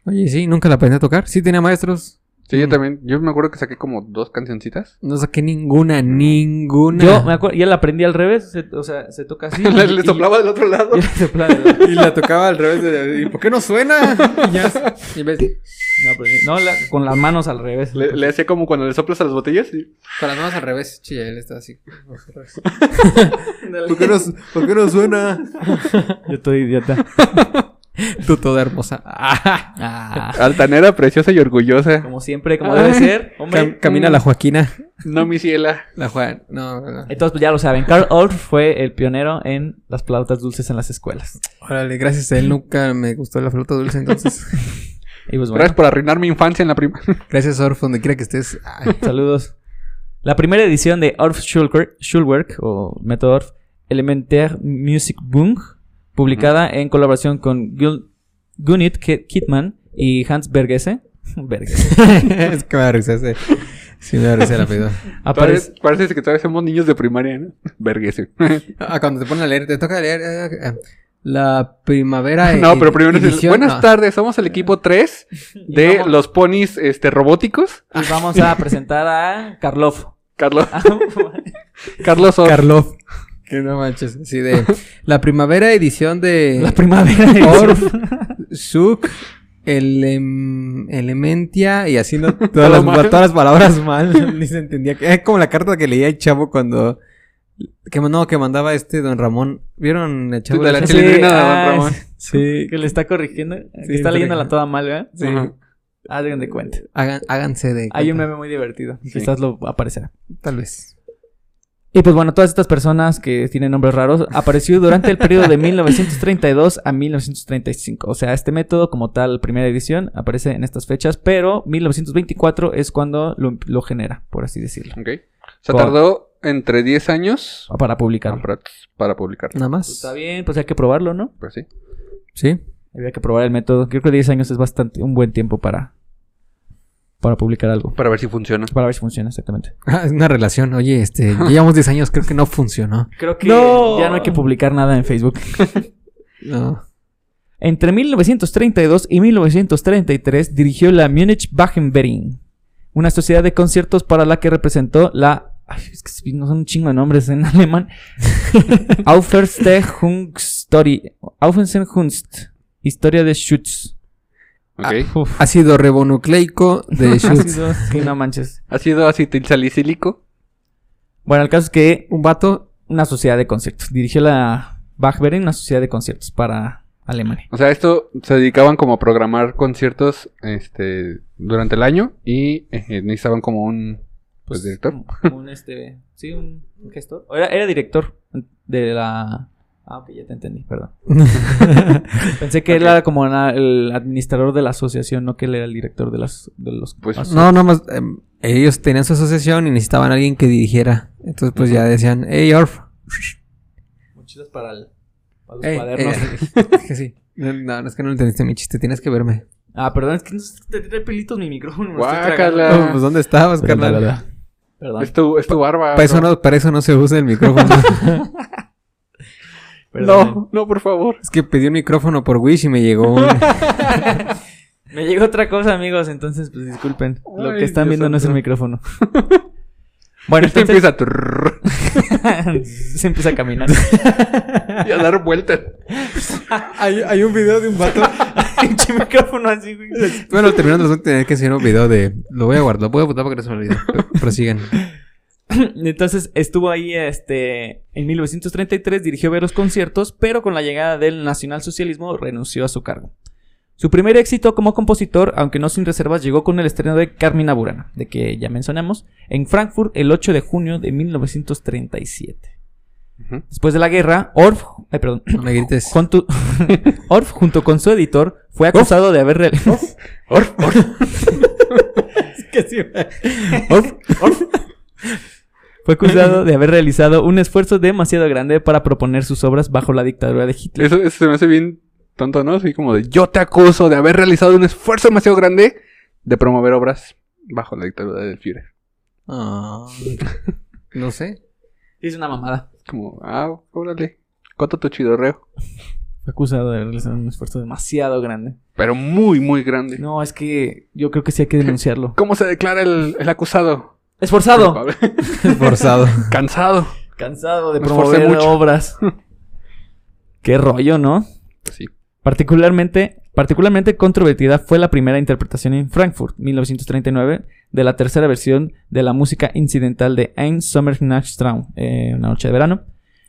Speaker 3: Oye, sí, nunca la aprendí a tocar. Sí tenía maestros.
Speaker 2: Sí, yo
Speaker 3: Mm.
Speaker 2: también. Yo me acuerdo que saqué como dos cancioncitas.
Speaker 3: No saqué ninguna, ninguna.
Speaker 1: Yo me acuerdo, ya la aprendí al revés, se- o sea, se toca así.
Speaker 2: Le,
Speaker 1: y-
Speaker 2: le
Speaker 1: y-
Speaker 2: soplaba del otro lado.
Speaker 1: y le soplaba de lado.
Speaker 3: Y la tocaba al revés. De, ¿Y por qué no suena? Y ya. Y ves,
Speaker 1: No, pero sí. No, la- con las manos al revés.
Speaker 2: Le, le hacía como cuando le soplas a las botellas. y-
Speaker 3: con las manos al revés. Chilla, él está así.
Speaker 4: ¿Por qué no, por qué no suena?
Speaker 1: Yo estoy idiota.
Speaker 3: Tú toda hermosa. Ah,
Speaker 1: Ah,
Speaker 2: Altanera, preciosa y orgullosa.
Speaker 1: como siempre, como debe
Speaker 2: Ay.
Speaker 1: ser. Hombre.
Speaker 3: Cam- camina la Joaquina.
Speaker 2: No, mi ciela.
Speaker 3: La Juan. No, no.
Speaker 1: Entonces, pues, ya lo saben, Carl Orff fue el pionero en las flautas dulces en las escuelas.
Speaker 3: Órale, gracias a él nunca me gustó la flauta dulce. Entonces,
Speaker 1: Y pues bueno,
Speaker 2: Gracias por arruinar mi infancia en la prima.
Speaker 3: gracias, Orf, donde quiera que estés. Ay,
Speaker 1: saludos. La primera edición de Orff Schulker- Schulwerk, o Método Orff, Elementaire Music Bung, publicada en colaboración con Gil- Gunit Ki- Kitman y Hans Bergese. Bergese.
Speaker 3: es que me da risa ese. Sí, me da risa el apellido.
Speaker 1: Aparece-
Speaker 2: Todavía- Parece que todavía somos niños de primaria, ¿no? Verguese.
Speaker 3: Ah, cuando te ponen a leer, te toca leer. eh, eh, la primavera.
Speaker 2: No,
Speaker 3: edi-
Speaker 2: pero primero dices,
Speaker 3: edición-
Speaker 2: buenas
Speaker 3: no.
Speaker 2: tardes, somos el equipo 3 de
Speaker 1: vamos-
Speaker 2: los ponis este, robóticos.
Speaker 1: Y vamos a presentar a Karloff.
Speaker 2: Carlos, Carlos Or-
Speaker 3: Karloff. que no manches. Así de. La primavera edición
Speaker 2: Eh,
Speaker 3: de.
Speaker 1: La primavera de
Speaker 3: Orf, Suk, Elem- Elementia y así no todas, las,
Speaker 2: mal.
Speaker 3: todas las palabras mal, ni se entendía. Es como la carta que leía el chavo cuando que no que mandaba este don Ramón. ¿Vieron el chavo?
Speaker 2: de la
Speaker 1: Sí,
Speaker 2: chilindrina, don
Speaker 1: ah,
Speaker 2: Ramón.
Speaker 3: Sí.
Speaker 1: Que le está corrigiendo.
Speaker 3: Sí,
Speaker 1: está
Speaker 3: sí.
Speaker 1: leyéndola toda mal, ¿verdad?
Speaker 3: Sí.
Speaker 2: Ajá.
Speaker 1: Hagan de cuenta.
Speaker 3: Hagan- háganse de
Speaker 1: Hay Pues un
Speaker 3: cuenta,
Speaker 1: meme muy divertido.
Speaker 2: Sí.
Speaker 1: Quizás lo aparecerá.
Speaker 3: tal vez.
Speaker 1: Y pues bueno, todas estas personas que tienen nombres raros apareció durante el periodo de 1932 a 1935. O sea, este método como tal, primera edición, aparece en estas fechas, pero 1924 es cuando lo, lo genera, por así decirlo,
Speaker 2: Ok. Se
Speaker 1: Con-
Speaker 2: tardó entre 10 años
Speaker 1: para publicarlo.
Speaker 2: para, para publicarlo.
Speaker 3: Nada
Speaker 1: Pues
Speaker 3: más.
Speaker 1: está bien, pues hay que probarlo, ¿no?
Speaker 2: Pues sí.
Speaker 3: Sí.
Speaker 1: Había que probar el método. Creo que 10 años es bastante un buen tiempo para, para publicar algo.
Speaker 2: Para ver si funciona.
Speaker 1: Para ver si funciona exactamente.
Speaker 3: Ah, es una relación. Oye, este, ya llevamos 10 años, creo que no funcionó.
Speaker 1: Creo que
Speaker 3: ¡No!
Speaker 1: ya no hay que publicar nada en Facebook.
Speaker 3: No.
Speaker 1: Entre 1932 y 1933 dirigió la Munich Wagenbering, una sociedad de conciertos para la que representó la. Ay, es que no son un chingo de nombres en alemán. Auferste Hunstory. Hunst. Historia de Schutz.
Speaker 2: Ok.
Speaker 1: Ah, uf.
Speaker 3: Ácido ribonucleico de Schutz.
Speaker 1: Ácido, sí, no manches.
Speaker 2: ¿Ha sido acetilsalicílico?
Speaker 1: Bueno, el caso es que
Speaker 3: un vato.
Speaker 1: una sociedad de conciertos. Dirigió la Wagenbering, una sociedad de conciertos para Alemania.
Speaker 2: O sea, esto se dedicaban como a programar conciertos este, durante el año y eh, necesitaban como un pues, director.
Speaker 1: Un, un, este, sí, un un gestor. O Era, era director de la. Ah, ok, ya te entendí, perdón. Pensé que él era como la- el administrador de la asociación, no que él era el director de, las, de los.
Speaker 2: Pues,
Speaker 1: aso-
Speaker 3: No, no más. em, ellos tenían su asociación y necesitaban a alguien que dirigiera. Entonces, pues ya decían, hey, Orf.
Speaker 1: Mochilas para, el- para los
Speaker 2: Eh,
Speaker 3: Ey,
Speaker 1: cuadernos.
Speaker 3: ey, es que sí. No, no, no, es que no entendiste mi chiste, tienes que verme.
Speaker 1: Ah, perdón, es que no sé, te trae pelitos mi micrófono. me lo estoy
Speaker 2: Guácala.
Speaker 1: tragando.
Speaker 2: Ah.
Speaker 3: No, pues, ¿dónde estabas, carnal?
Speaker 1: Perdón,
Speaker 2: Es tu, es tu barba.
Speaker 3: Para eso,
Speaker 2: bro.
Speaker 3: no, para eso no se usa el micrófono.
Speaker 1: perdón.
Speaker 2: No, no, por favor.
Speaker 3: es que pedí un micrófono por Wish y me llegó un...
Speaker 1: Me llegó otra cosa, amigos, entonces pues disculpen. Lo
Speaker 2: Ay,
Speaker 1: que están
Speaker 2: Dios
Speaker 1: viendo no es el
Speaker 2: santo.
Speaker 1: micrófono. bueno,
Speaker 2: Esto
Speaker 1: entonces
Speaker 2: empieza a, turrrr
Speaker 1: se empieza a caminar.
Speaker 2: y a dar vueltas.
Speaker 4: Hay, hay un video de un vato.
Speaker 1: Pinche micrófono así, güey.
Speaker 3: Bueno, terminando, les voy a tener que enseñar un video de... Lo voy a guardar, lo voy a botar porque no se me olvidó. Pero- Prosigan.
Speaker 1: Entonces estuvo ahí este en 1933 dirigió varios conciertos, pero con la llegada del nacionalsocialismo renunció a su cargo. Su primer éxito como compositor, aunque no sin reservas, llegó con el estreno de Carmina Burana, de que ya mencionamos, en Frankfurt el 8 de junio de 1937.
Speaker 2: Ujú.
Speaker 1: Después de la guerra, Orff, ay, perdón,
Speaker 3: No me grites.
Speaker 1: junto, Orff, junto con su editor, fue acusado de haber realizado...
Speaker 2: Orf, orf.
Speaker 1: Fue acusado de haber realizado un esfuerzo demasiado grande para proponer sus obras bajo la dictadura de Hitler.
Speaker 2: Eso, eso se me hace bien tonto, ¿no? Así como de yo te acuso de haber realizado un esfuerzo demasiado grande de promover obras bajo la dictadura del Führer.
Speaker 3: Ah, no sé.
Speaker 1: Es una mamada.
Speaker 2: Es como, ah, órale. Cuánto tu chidorreo.
Speaker 1: Fue acusado de haber realizado un esfuerzo demasiado grande.
Speaker 2: Pero muy, muy grande.
Speaker 1: No, es que yo creo que sí hay que denunciarlo.
Speaker 2: ¿Cómo se declara el, el acusado?
Speaker 1: Esforzado.
Speaker 2: Culpable.
Speaker 3: Forzado.
Speaker 2: Cansado.
Speaker 1: Cansado de
Speaker 2: Me esforcé
Speaker 1: promover
Speaker 2: mucho.
Speaker 1: obras. Qué rollo, ¿no?
Speaker 2: Pues sí.
Speaker 1: Particularmente, particularmente controvertida fue la primera interpretación en Frankfurt, 1939, de la tercera versión de la música incidental de Ein Sommernachtstraum, eh, una noche de verano,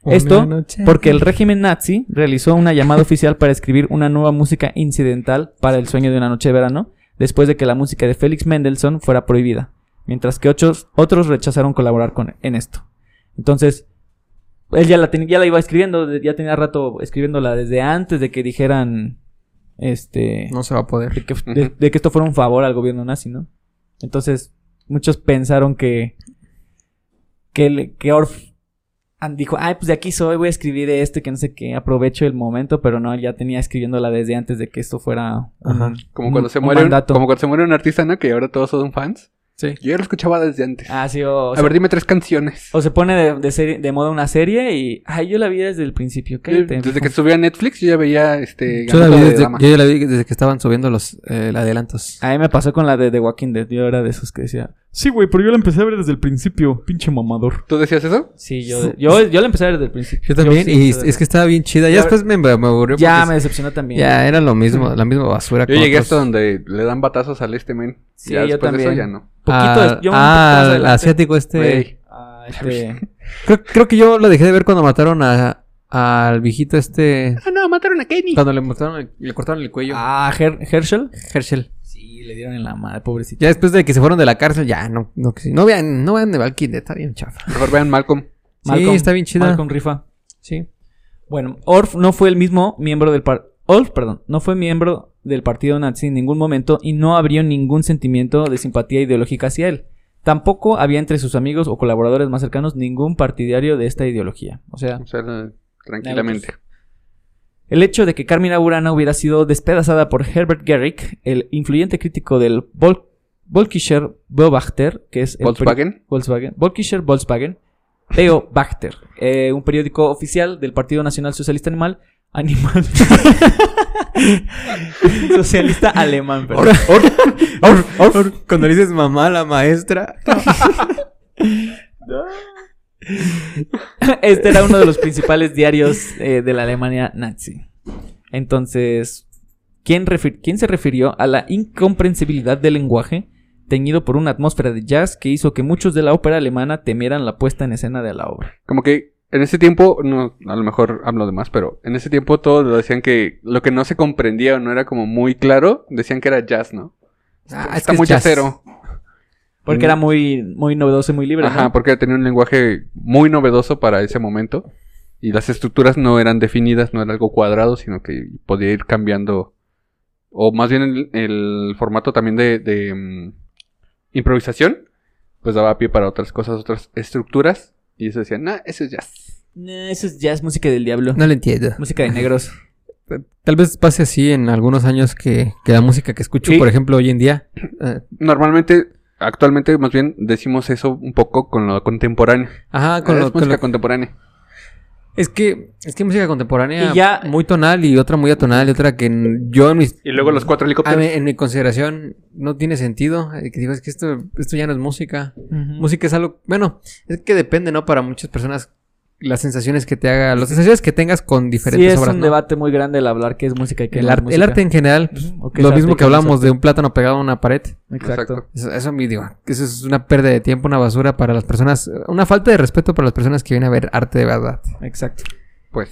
Speaker 1: Esto, porque el régimen nazi realizó una llamada oficial para escribir una nueva música incidental para el sueño de una noche de verano, después de que la música de Félix Mendelssohn fuera prohibida, mientras que ocho- otros rechazaron colaborar con, en esto. Entonces, él ya la, ten- ya la iba escribiendo, de- ya tenía rato escribiéndola desde antes de que dijeran, este,
Speaker 3: No se va a poder.
Speaker 1: de, que, de- de que esto fuera un favor al gobierno nazi, ¿no? Entonces, muchos pensaron que, que, le- que Orff an- dijo, ay, pues de aquí soy, voy a escribir esto y que no sé qué, aprovecho el momento, pero no, ya tenía escribiéndola desde antes de que esto fuera... un-
Speaker 3: Ajá.
Speaker 2: Como cuando, se
Speaker 1: un
Speaker 2: muere un,
Speaker 1: mandato.
Speaker 2: como cuando se muere un artista, ¿no? Que ahora todos son fans.
Speaker 3: Sí.
Speaker 2: Yo ya lo escuchaba desde antes.
Speaker 1: Ah, sí, o,
Speaker 2: a
Speaker 1: se,
Speaker 2: ver, dime tres canciones.
Speaker 1: o se pone de, de serie- de moda una serie y, ay, yo la vi desde el principio,
Speaker 2: Yo-
Speaker 1: cállate.
Speaker 2: desde
Speaker 1: mijo".
Speaker 2: que subí a Netflix, yo ya veía este.
Speaker 3: Yo la, vi
Speaker 2: Gambito de
Speaker 3: desde,
Speaker 2: Dama.
Speaker 3: yo la vi desde que estaban subiendo los eh, adelantos.
Speaker 1: A mí me pasó con la de The Walking Dead, yo era de esos que decía,
Speaker 5: Sí, güey, pero yo la empecé a ver desde el principio. Pinche mamador.
Speaker 2: ¿Tú decías eso?
Speaker 1: Sí, yo, yo, yo la empecé desde el principio.
Speaker 3: Yo también,
Speaker 1: sí
Speaker 3: y
Speaker 1: empecé
Speaker 3: es que estaba bien chida. Ya después me, me aburrió.
Speaker 1: Ya me
Speaker 3: porque
Speaker 1: decepcionó también.
Speaker 3: ya era lo mismo, la misma basura.
Speaker 2: Yo
Speaker 3: con
Speaker 2: llegué
Speaker 3: otros.
Speaker 2: hasta donde le dan batazos al este men.
Speaker 1: Sí,
Speaker 2: ya
Speaker 1: yo
Speaker 2: después de eso
Speaker 1: también.
Speaker 2: ya no.
Speaker 1: Poquito
Speaker 3: Ah,
Speaker 1: des- yo un poquito
Speaker 3: ah,
Speaker 1: más
Speaker 3: al
Speaker 1: adelante.
Speaker 3: asiático este.
Speaker 2: Güey.
Speaker 1: Ah, este,
Speaker 3: Creo, creo que yo lo dejé de ver cuando mataron a, al viejito este.
Speaker 2: Ah, no, mataron a Kenny.
Speaker 3: Cuando le, mataron el- le cortaron el cuello.
Speaker 1: ah, Her- Herschel.
Speaker 3: Herschel.
Speaker 1: Sí, le dieron en la madre, pobrecito.
Speaker 3: Ya después de que se fueron de la cárcel, ya no, no, que sí. no vean, no vean de Valkyrie, está bien chafa.
Speaker 2: Mejor vean Malcolm.
Speaker 1: Malcolm-
Speaker 3: sí, está bien chida.
Speaker 1: Malcolm Rifa.
Speaker 3: Sí.
Speaker 1: Bueno, Orf no fue el mismo miembro del par Orf, perdón, no fue miembro del partido nazi en ningún momento y no abrió ningún sentimiento de simpatía ideológica hacia él. Tampoco había entre sus amigos o colaboradores más cercanos ningún partidario de esta ideología. O sea,
Speaker 2: O sea, eh, tranquilamente.
Speaker 1: pues, El hecho de que Carmina Burana hubiera sido despedazada por Herbert Gerrick, el influyente crítico del Vol- Volkischer Beobachter, que es el
Speaker 2: Volkswagen.
Speaker 1: peri- Volkswagen, Volkischer Volkswagen Beobachter, eh, un periódico oficial del Partido Nacional Socialista Animal, animal socialista alemán, perdón.
Speaker 3: Cuando le dices mamá a la maestra.
Speaker 1: Este era uno de los principales diarios eh, de la Alemania nazi. Entonces, ¿quién, refir- quién se refirió a la incomprensibilidad del lenguaje teñido por una atmósfera de jazz que hizo que muchos de la ópera alemana temieran la puesta en escena de la obra?
Speaker 2: Como que en ese tiempo, no, a lo mejor hablo de más, pero en ese tiempo todos lo decían que lo que no se comprendía o no era como muy claro, decían que era jazz, ¿no?
Speaker 3: Ah,
Speaker 2: Está muy
Speaker 3: jazz.
Speaker 2: jazzero.
Speaker 3: Mm.
Speaker 1: Porque era muy, muy novedoso y muy libre. ¿no?
Speaker 2: Ajá, porque tenía un lenguaje muy novedoso para ese momento. Y las estructuras no eran definidas, no era algo cuadrado, sino que podía ir cambiando. O más bien el, el formato también de, de, mm, improvisación, pues daba pie para otras cosas, otras estructuras. Y eso decían, nah, eso es jazz.
Speaker 1: Nah, eso es jazz, música del diablo.
Speaker 3: No lo entiendo.
Speaker 1: Música de negros.
Speaker 3: Tal vez pase así en algunos años que, que la música que escucho,
Speaker 2: Sí.
Speaker 3: por ejemplo, hoy en día. eh,
Speaker 2: Normalmente, actualmente, más bien decimos eso un poco con lo contemporáneo.
Speaker 3: ajá, Ah, con
Speaker 2: Ah, es
Speaker 3: lo, con
Speaker 2: música
Speaker 3: lo-
Speaker 2: contemporánea.
Speaker 3: Es que es que música contemporánea
Speaker 1: Y ya-
Speaker 3: muy tonal y otra muy atonal y otra que n- yo en mis
Speaker 2: Y luego los cuatro
Speaker 3: Mm. a
Speaker 2: helicópteros.
Speaker 3: mí- en mi consideración no tiene sentido. Eh, Que digo, es que esto, esto ya no es música. Música es algo. Bueno, es que depende, ¿no? Para muchas personas, las sensaciones que te haga, las sensaciones que tengas con
Speaker 1: Sí,
Speaker 3: diferentes
Speaker 1: es
Speaker 3: obras.
Speaker 1: un
Speaker 3: ¿no?
Speaker 1: debate muy grande el hablar qué es música y qué
Speaker 3: El,
Speaker 1: no es
Speaker 3: arte- el
Speaker 1: música. Mm,
Speaker 3: arte en general, pues,
Speaker 1: ¿O qué
Speaker 3: lo
Speaker 1: es arte y
Speaker 3: mismo que
Speaker 1: qué no es
Speaker 3: hablamos de un plátano pegado a una pared.
Speaker 1: arte? Exacto.
Speaker 3: Eso, eso me digo, que eso es una pérdida de tiempo, una basura para las personas, una falta de respeto para las personas que vienen a ver arte de verdad.
Speaker 1: Exacto.
Speaker 2: Pues,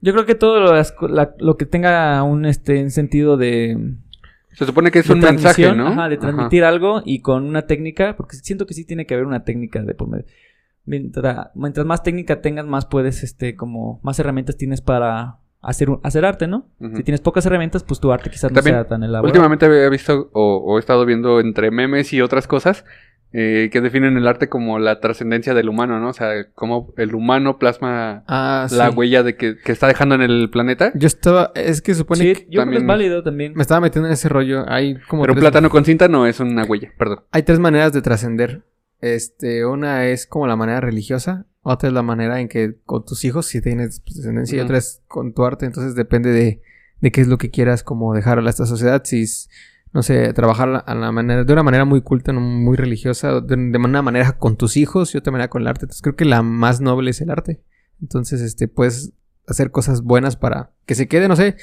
Speaker 1: Yo creo que todo lo, las co- la- lo que tenga un este un sentido de
Speaker 2: se supone que es
Speaker 1: de
Speaker 2: un mensaje,
Speaker 1: transmisión,
Speaker 2: ¿no?
Speaker 1: Ajá, de transmitir algo y con una técnica, porque siento que sí tiene que haber una técnica de por medio. Mientras, mientras más técnica tengas, más puedes, este, como, más herramientas tienes para hacer, un- hacer arte, ¿no?
Speaker 2: Ujú.
Speaker 1: Si tienes pocas herramientas, pues tu arte quizás no
Speaker 2: También,
Speaker 1: sea tan elaborado.
Speaker 2: Últimamente había visto o, o he estado viendo entre memes y otras cosas eh, que definen el arte como la trascendencia del humano, ¿no? O sea, cómo el humano plasma
Speaker 3: Ah,
Speaker 2: la huella de que, que está dejando en el planeta.
Speaker 3: Yo estaba, es que supone
Speaker 1: Sí, yo
Speaker 3: que
Speaker 1: creo que es
Speaker 2: también-
Speaker 1: válido también.
Speaker 3: me estaba metiendo en ese rollo. Hay como
Speaker 2: Pero un
Speaker 3: tres-
Speaker 2: plátano con cinta no es una huella, perdón.
Speaker 3: Hay tres maneras de trascender. Este, una es como la manera religiosa, otra es la manera en que con tus hijos, si tienes pues, descendencia, y
Speaker 2: Ujú.
Speaker 3: otra es con tu arte. Entonces depende de, de qué es lo que quieras como dejar a esta sociedad. Si es, no sé, trabajar la- a la manera, de una manera muy culta, no muy religiosa, de, de una manera con tus hijos y otra manera con el arte. Entonces creo que la más noble es el arte. Entonces, este, puedes hacer cosas buenas para que se quede, no sé.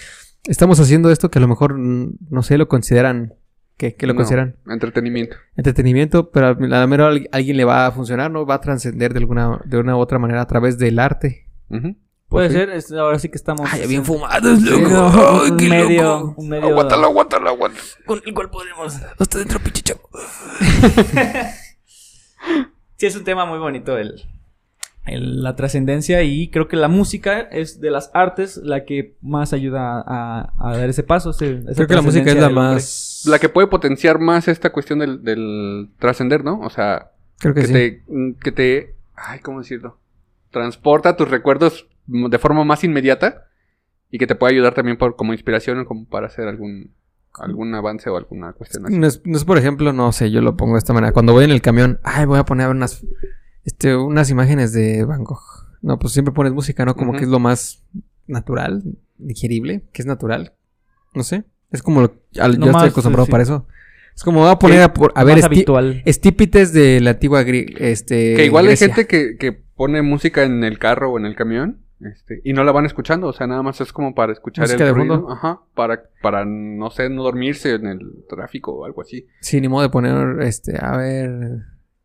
Speaker 3: Estamos haciendo esto que a lo mejor, mm, no sé, lo consideran. que lo
Speaker 2: No.
Speaker 3: consideran?
Speaker 2: Entretenimiento.
Speaker 3: entretenimiento, pero a la mera al- alguien le va a funcionar, ¿no? Va a trascender de alguna de una u otra manera a través del arte.
Speaker 2: Ujú.
Speaker 1: Puede
Speaker 3: Ok.
Speaker 1: ser, es- ahora sí que estamos. sí,
Speaker 3: fumados,
Speaker 1: sí, un, medio, un medio.
Speaker 2: Aguántalo, aguántalo, aguántalo.
Speaker 1: Con el cual podemos.
Speaker 3: Hasta dentro, pinche chavo.
Speaker 1: Sí, es un tema muy bonito el, el- la trascendencia y creo que la música es de las artes la que más ayuda a, a dar ese paso. ese- esa
Speaker 3: Creo que la música
Speaker 1: trascendencia
Speaker 3: es la
Speaker 1: del hombre.
Speaker 3: más
Speaker 2: La que puede potenciar más esta cuestión del, del trascender, ¿no? O sea,
Speaker 3: Creo que,
Speaker 2: que
Speaker 3: sí.
Speaker 2: te, mm, que te, ay, ¿cómo decirlo? Transporta tus recuerdos mm, de forma más inmediata y que te puede ayudar también por, como inspiración o como para hacer algún, algún avance o alguna cuestión así.
Speaker 3: No es, no es, por ejemplo, no sé, yo lo pongo de esta manera. Cuando voy en el camión, ay, voy a poner unas este unas imágenes de Van Gogh. No, pues siempre pones música, ¿no? Como
Speaker 2: Ujú.
Speaker 3: que es lo más natural, digerible, que es natural. No sé. Es como lo- al-
Speaker 1: Lo
Speaker 3: yo
Speaker 1: más,
Speaker 3: estoy acostumbrado
Speaker 1: sí.
Speaker 3: para eso. Es como voy a poner a, por- a ver Eh,
Speaker 1: más
Speaker 3: esti-
Speaker 1: habitual.
Speaker 3: estípites de la antigua Grie- este,
Speaker 2: Que igual
Speaker 3: Grecia.
Speaker 2: hay gente que, que pone música en el carro o en el camión este, y no la van escuchando. O sea, nada más es como para escuchar
Speaker 3: Música de
Speaker 2: el ruido.
Speaker 3: fondo.
Speaker 2: Ajá. Para, para, no sé, no dormirse en el tráfico o algo así.
Speaker 3: Sí, ni modo de poner, este, a ver,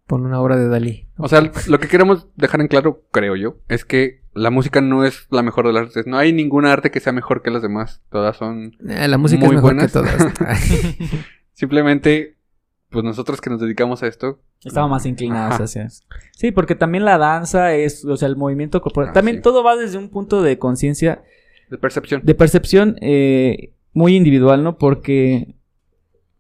Speaker 3: pon una obra de Dalí.
Speaker 2: O sea, lo que queremos dejar en claro, creo yo, es que la música no es la mejor de las artes. No hay ninguna arte que sea mejor que las demás. Todas son
Speaker 3: Eh, la música
Speaker 2: muy
Speaker 3: es mejor
Speaker 2: buenas.
Speaker 3: que todas.
Speaker 2: simplemente, pues nosotros que nos dedicamos a esto.
Speaker 1: Estaba más inclinadas
Speaker 2: Ajá.
Speaker 1: hacia eso. Sí, porque también la danza es, o sea, el movimiento corporal.
Speaker 2: Ah,
Speaker 1: también
Speaker 2: sí.
Speaker 1: todo va desde un punto de conciencia,
Speaker 2: De percepción.
Speaker 1: de percepción eh, muy individual, ¿no? Porque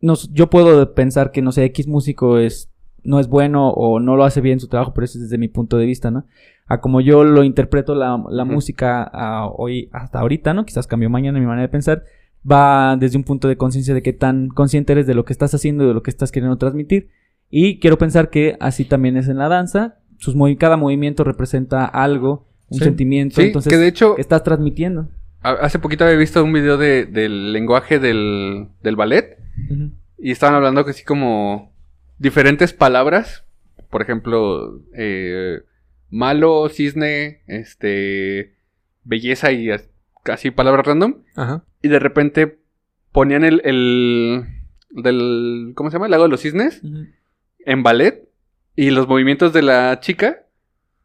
Speaker 1: nos, yo puedo pensar que, no sé, X músico es, no es bueno o no lo hace bien su trabajo, pero eso es desde mi punto de vista, ¿no? A como yo lo interpreto la, la
Speaker 2: Ujú.
Speaker 1: música a hoy hasta ahorita, ¿no? Quizás cambió mañana mi manera de pensar. Va desde un punto de conciencia de qué tan consciente eres de lo que estás haciendo y de lo que estás queriendo transmitir. Y quiero pensar que así también es en la danza. Sus movi- cada movimiento representa algo, un
Speaker 3: Sí.
Speaker 1: sentimiento,
Speaker 2: sí,
Speaker 1: entonces
Speaker 2: que de hecho,
Speaker 1: que estás transmitiendo.
Speaker 2: a- hace poquito había visto un video de- del lenguaje del, del ballet
Speaker 1: Ujú.
Speaker 2: y estaban hablando que sí como diferentes palabras. Por ejemplo, eh, malo, cisne, este, belleza y as- así palabras random.
Speaker 3: Ajá.
Speaker 2: Y de repente ponían el, el del ¿cómo se llama? El lago de los cisnes
Speaker 1: Ujú.
Speaker 2: en ballet y los movimientos de la chica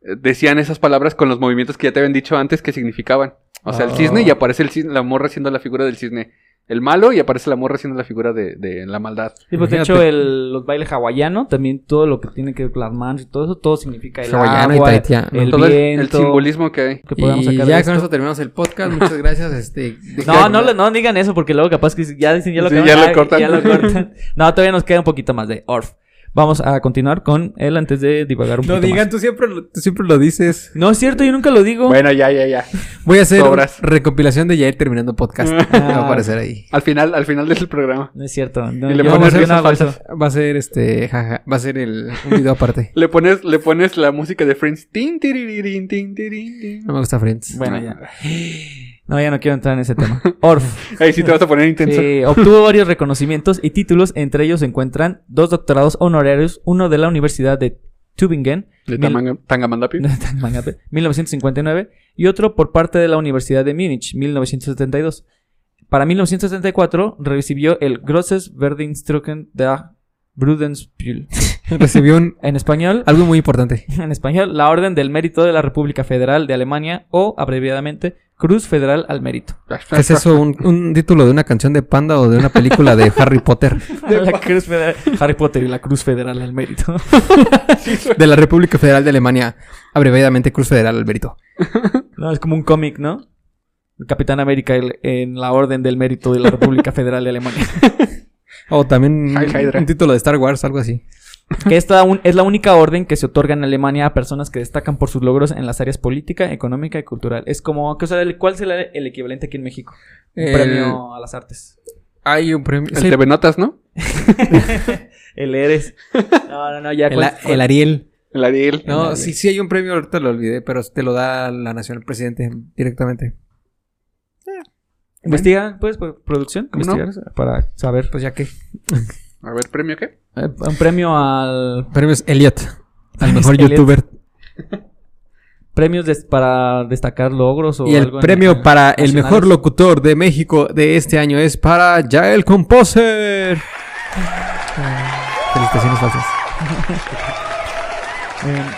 Speaker 2: eh, decían esas palabras con los movimientos que ya te habían dicho antes que significaban. O sea, el
Speaker 3: Ah.
Speaker 2: cisne y aparece el cisne- la morra haciendo la figura del cisne. El malo y aparece la morra haciendo la figura de, de la maldad.
Speaker 1: Sí, pues de
Speaker 3: Imagínate.
Speaker 1: hecho el, los bailes hawaianos, también todo lo que tiene que ver con las manos y todo eso, todo significa el
Speaker 3: Hawaiano y
Speaker 1: agua,
Speaker 3: tahitiano.
Speaker 1: el
Speaker 2: Todo el- el
Speaker 1: viento,
Speaker 2: simbolismo que hay.
Speaker 1: que podamos
Speaker 3: y
Speaker 1: sacar
Speaker 3: ya
Speaker 1: de
Speaker 3: con
Speaker 1: esto.
Speaker 3: eso terminamos el podcast. Muchas gracias. Este,
Speaker 1: No, no, le- no digan eso porque luego capaz que ya dicen, ya lo,
Speaker 2: Sí,
Speaker 1: acaban-
Speaker 2: ya lo
Speaker 1: ah,
Speaker 2: cortan.
Speaker 1: ya lo cortan. No, todavía nos queda un poquito más de Orf. Vamos a continuar con él antes de divagar un
Speaker 3: No
Speaker 1: poquito
Speaker 3: digan,
Speaker 1: más.
Speaker 3: tú siempre, lo- tú siempre lo dices.
Speaker 1: No es cierto, yo nunca lo digo.
Speaker 2: Bueno, ya, ya, ya.
Speaker 3: Voy a hacer
Speaker 2: Sobras.
Speaker 3: recopilación de Yair terminando podcast. Va a aparecer ahí.
Speaker 2: Al final, al final del programa.
Speaker 1: No es cierto. No,
Speaker 2: Y
Speaker 1: yo,
Speaker 2: le
Speaker 1: yo
Speaker 2: pones
Speaker 1: no
Speaker 2: risas
Speaker 1: hago eso.
Speaker 3: Va a ser este, jaja, va a ser el, un video aparte.
Speaker 2: Le pones, le pones la música de Friends. Tin, tiriririn, tin, tirin, tin.
Speaker 3: No me gusta Friends.
Speaker 1: Bueno, ya. No, ya no quiero entrar en ese tema. Orf.
Speaker 2: Ahí sí te vas a poner intenso.
Speaker 1: eh, obtuvo varios reconocimientos y títulos. Entre ellos se encuentran dos doctorados honorarios. Uno de la Universidad de Tübingen.
Speaker 2: De
Speaker 1: mil-
Speaker 2: Tamanga- Tangamandapio.
Speaker 1: No, tan mangate. 1959 y otro por parte de la Universidad de Múnich, 1972. Para 1974 recibió el Grosses Verdienststücken der Brudenspiel.
Speaker 3: Recibió un-
Speaker 1: En español,
Speaker 3: algo muy importante.
Speaker 1: en español, la Orden del Mérito de la República Federal de Alemania o abreviadamente Cruz Federal al Mérito.
Speaker 2: Ah,
Speaker 3: ¿Qué Pues es eso? ¿Un, un título de una canción de Panda o de una película de Harry Potter?
Speaker 1: La Cruz Federal- Harry Potter y la Cruz Federal al Mérito.
Speaker 3: De la República Federal de Alemania. Abreviadamente Cruz Federal Alberito.
Speaker 1: No, es como un cómic, ¿no? El Capitán América el- en la Orden del Mérito de la República Federal de Alemania.
Speaker 3: O Oh, también
Speaker 2: Hi, Hydra.
Speaker 3: un título de Star Wars, algo así.
Speaker 1: que esta un- es la única orden que se otorga en Alemania a personas que destacan por sus logros en las áreas política, económica y cultural. Es como, que, o sea, el- ¿cuál será el equivalente aquí en México? Un
Speaker 3: El-
Speaker 1: premio a las artes.
Speaker 3: Hay un premio.
Speaker 2: El TV Notas, ¿no?
Speaker 1: El Eres. No, no, no, ya.
Speaker 3: el,
Speaker 1: ¿cuál- cuál-
Speaker 3: Ariel.
Speaker 2: El Ariel.
Speaker 3: No, sí, sí hay un premio, ahorita lo olvidé, pero te lo da la nación, el presidente, directamente.
Speaker 1: Investiga, pues, por producción.
Speaker 2: ¿Cómo no?
Speaker 1: Investigar para saber.
Speaker 3: Pues ya que.
Speaker 2: A ver, ¿premio qué?
Speaker 1: Eh, Un premio al.
Speaker 3: Premios Elliot. Al mejor
Speaker 1: Elliot.
Speaker 3: youtuber.
Speaker 1: Premios des- para destacar logros o
Speaker 3: Y el
Speaker 1: algo en-
Speaker 3: premio
Speaker 1: en-
Speaker 3: para el
Speaker 1: nacionales.
Speaker 3: mejor locutor de México de este año es para Jael Composer. Felicitaciones falsas.
Speaker 1: Eh,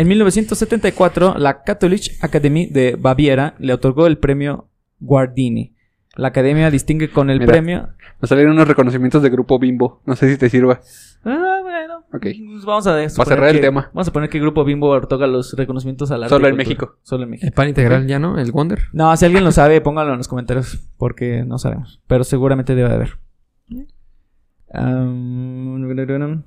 Speaker 1: En 1974, la Catholic Academy de Baviera le otorgó el premio Guardini. La academia distingue con el
Speaker 2: Mira.
Speaker 1: premio.
Speaker 2: Nos salieron unos reconocimientos de grupo Bimbo. No sé si te sirva.
Speaker 1: Ah, bueno.
Speaker 2: Ok.
Speaker 1: Pues vamos a
Speaker 2: Para cerrar el tema.
Speaker 1: Vamos a poner que el grupo Bimbo otorga los reconocimientos a la
Speaker 2: Solo en México.
Speaker 1: Solo en
Speaker 3: El
Speaker 1: México.
Speaker 3: pan integral ya, ¿no? El Wonder.
Speaker 1: No, si alguien lo sabe, pónganlo en los comentarios. Porque no sabemos. Pero seguramente debe de haber. Am,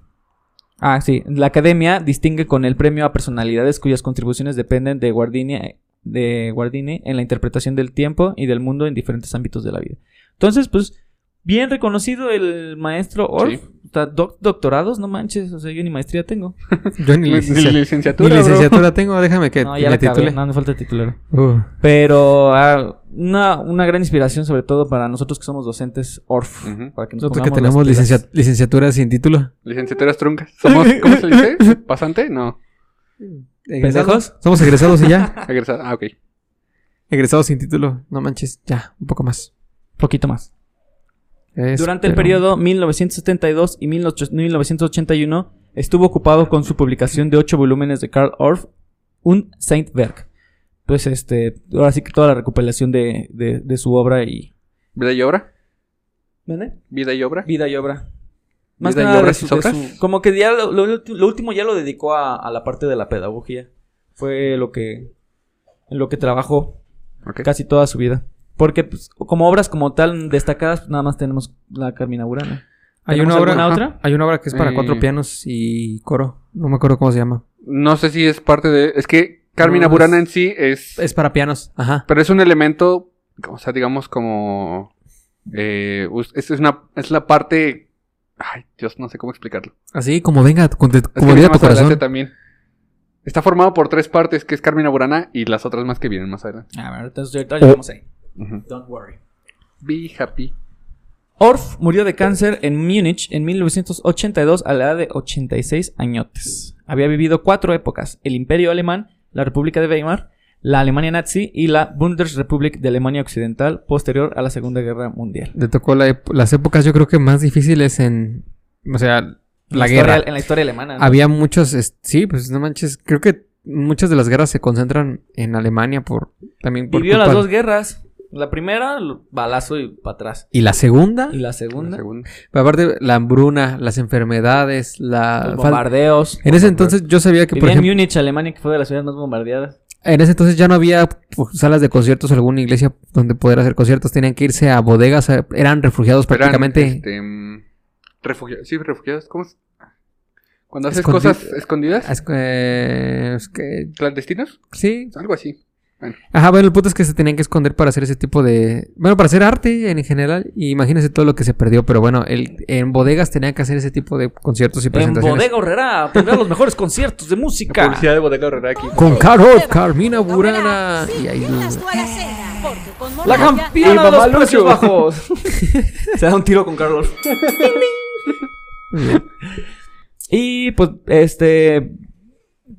Speaker 1: Ah, sí. La academia distingue con el premio a personalidades cuyas contribuciones dependen de Guardini, de Guardini en la interpretación del tiempo y del mundo en diferentes ámbitos de la vida. Entonces, pues, bien reconocido el maestro Orff.
Speaker 2: Sí.
Speaker 1: O sea, doc- doctorados, no manches. O sea, yo ni maestría tengo.
Speaker 3: Yo ni
Speaker 2: Ni
Speaker 3: licenciatura,
Speaker 2: licenciatura,
Speaker 3: ni
Speaker 2: bro.
Speaker 3: licenciatura tengo, déjame que
Speaker 1: No, ya
Speaker 3: me
Speaker 1: la acabé.
Speaker 3: titule.
Speaker 1: No, me falta titular.
Speaker 3: Uh,
Speaker 1: Pero ah, una, una gran inspiración, sobre todo para nosotros que somos docentes ORF.
Speaker 2: Ujú.
Speaker 1: Para que nos
Speaker 3: nosotros que
Speaker 1: pongamos las
Speaker 3: tenemos
Speaker 1: pilas.
Speaker 3: licencia- licenciatura sin título.
Speaker 2: Licenciaturas truncas. Somos, ¿cómo se le dice? ¿Pasante? No.
Speaker 1: ¿Pendejos?
Speaker 3: Somos egresados y ya.
Speaker 2: Egresado. Ah, ok.
Speaker 3: Egresados sin título. No manches, ya, un poco más.
Speaker 1: Poquito más.
Speaker 3: Es-
Speaker 1: Durante el
Speaker 3: pero-
Speaker 1: periodo 1972 y 18- 1981 estuvo ocupado con su publicación de ocho volúmenes de Karl Orff, Un Saintwerk. Pues este, ahora sí que toda la recopilación de, de- de su obra y...
Speaker 2: ¿Vida y obra? ¿Vida y obra?
Speaker 1: Vida y obra. Más que
Speaker 2: Vida y
Speaker 1: nada de
Speaker 2: obras y
Speaker 1: su- de
Speaker 2: obras.
Speaker 1: su- Como que ya lo, lo ulti- lo último ya lo dedicó a, a la parte de la pedagogía. Fue lo que... En lo que trabajó
Speaker 2: Ok.
Speaker 1: casi toda su vida. Porque pues, como obras como tal destacadas, nada más tenemos la Carmina Burana.
Speaker 3: Hay
Speaker 1: ¿Tenemos
Speaker 3: una obra,
Speaker 1: alguna
Speaker 3: ajá,
Speaker 1: otra?
Speaker 3: hay una obra que es para
Speaker 2: Eh.
Speaker 3: cuatro pianos y coro. No me acuerdo cómo se llama.
Speaker 2: No sé si es parte de... Es que Carmina
Speaker 3: No,
Speaker 2: Burana
Speaker 3: es-
Speaker 2: en sí es...
Speaker 3: Es para pianos, ajá.
Speaker 2: Pero es un elemento... O sea, digamos como... eh, us- es, es una, es la parte... Ay, Dios, no sé cómo explicarlo.
Speaker 3: Así como venga, con- te-
Speaker 2: Es
Speaker 3: como
Speaker 2: que viene
Speaker 3: diga tu
Speaker 2: más adelante
Speaker 3: corazón.
Speaker 2: también. Está formado por tres partes, que es Carmina Burana y las otras más que vienen más adelante.
Speaker 1: A ver, entonces ahorita llegamos ahí.
Speaker 2: Ujú.
Speaker 1: Don't worry.
Speaker 2: Be happy.
Speaker 1: Orff murió de cáncer en Múnich en 1982 a la edad de 86 añotes. Había vivido cuatro épocas: el Imperio Alemán, la República de Weimar, la Alemania Nazi y la Bundesrepublik de Alemania Occidental posterior a la Segunda Guerra Mundial.
Speaker 3: Te tocó la ep- las épocas, yo creo que más difíciles en. O sea, la,
Speaker 1: En
Speaker 3: guerra.
Speaker 1: historia- en la historia alemana. ¿no?
Speaker 3: Había muchos. es- Sí, pues no manches. Creo que muchas de las guerras se concentran en Alemania por. También por.
Speaker 1: Vivió las
Speaker 3: culpa-
Speaker 1: dos guerras: la primera, lo- balazo y para atrás.
Speaker 3: Y la segunda.
Speaker 1: Y la
Speaker 2: La
Speaker 1: segunda,
Speaker 2: segunda.
Speaker 3: Pero aparte, la hambruna, las enfermedades, la.
Speaker 1: los
Speaker 3: fal-
Speaker 1: bombardeos.
Speaker 3: En ese entonces yo sabía que, por
Speaker 1: Vivía en
Speaker 3: ejemplo,
Speaker 1: Múnich, Alemania, que fue de las ciudades más bombardeadas.
Speaker 3: en ese entonces ya no había pues, salas de conciertos, alguna iglesia donde poder hacer conciertos, tenían que irse a bodegas, a- eran refugiados
Speaker 1: Pues,
Speaker 2: Eran,
Speaker 3: prácticamente.
Speaker 2: este, mm, refugia- sí, refugiados. ¿Cómo es? Cuando haces
Speaker 3: Escondi-
Speaker 2: cosas escondidas,
Speaker 3: Es que- eh, es que-
Speaker 2: clandestinos,
Speaker 3: sí.
Speaker 2: algo así.
Speaker 3: Ajá, bueno, el punto es que se tenían que esconder para hacer ese tipo de... Bueno, para hacer arte en general. Y imagínense todo lo que se perdió. Pero bueno, el- en bodegas tenían que hacer ese tipo de conciertos y
Speaker 1: En
Speaker 3: presentaciones.
Speaker 1: Bodega Horrera tendrá los mejores conciertos de música.
Speaker 2: de Bodega Herrera aquí.
Speaker 3: Con Carol, Carmina
Speaker 6: Burana.
Speaker 3: Burana. Y ahí...
Speaker 1: La campeona de los precios bajos. Se da un tiro con Carlos. y pues, este.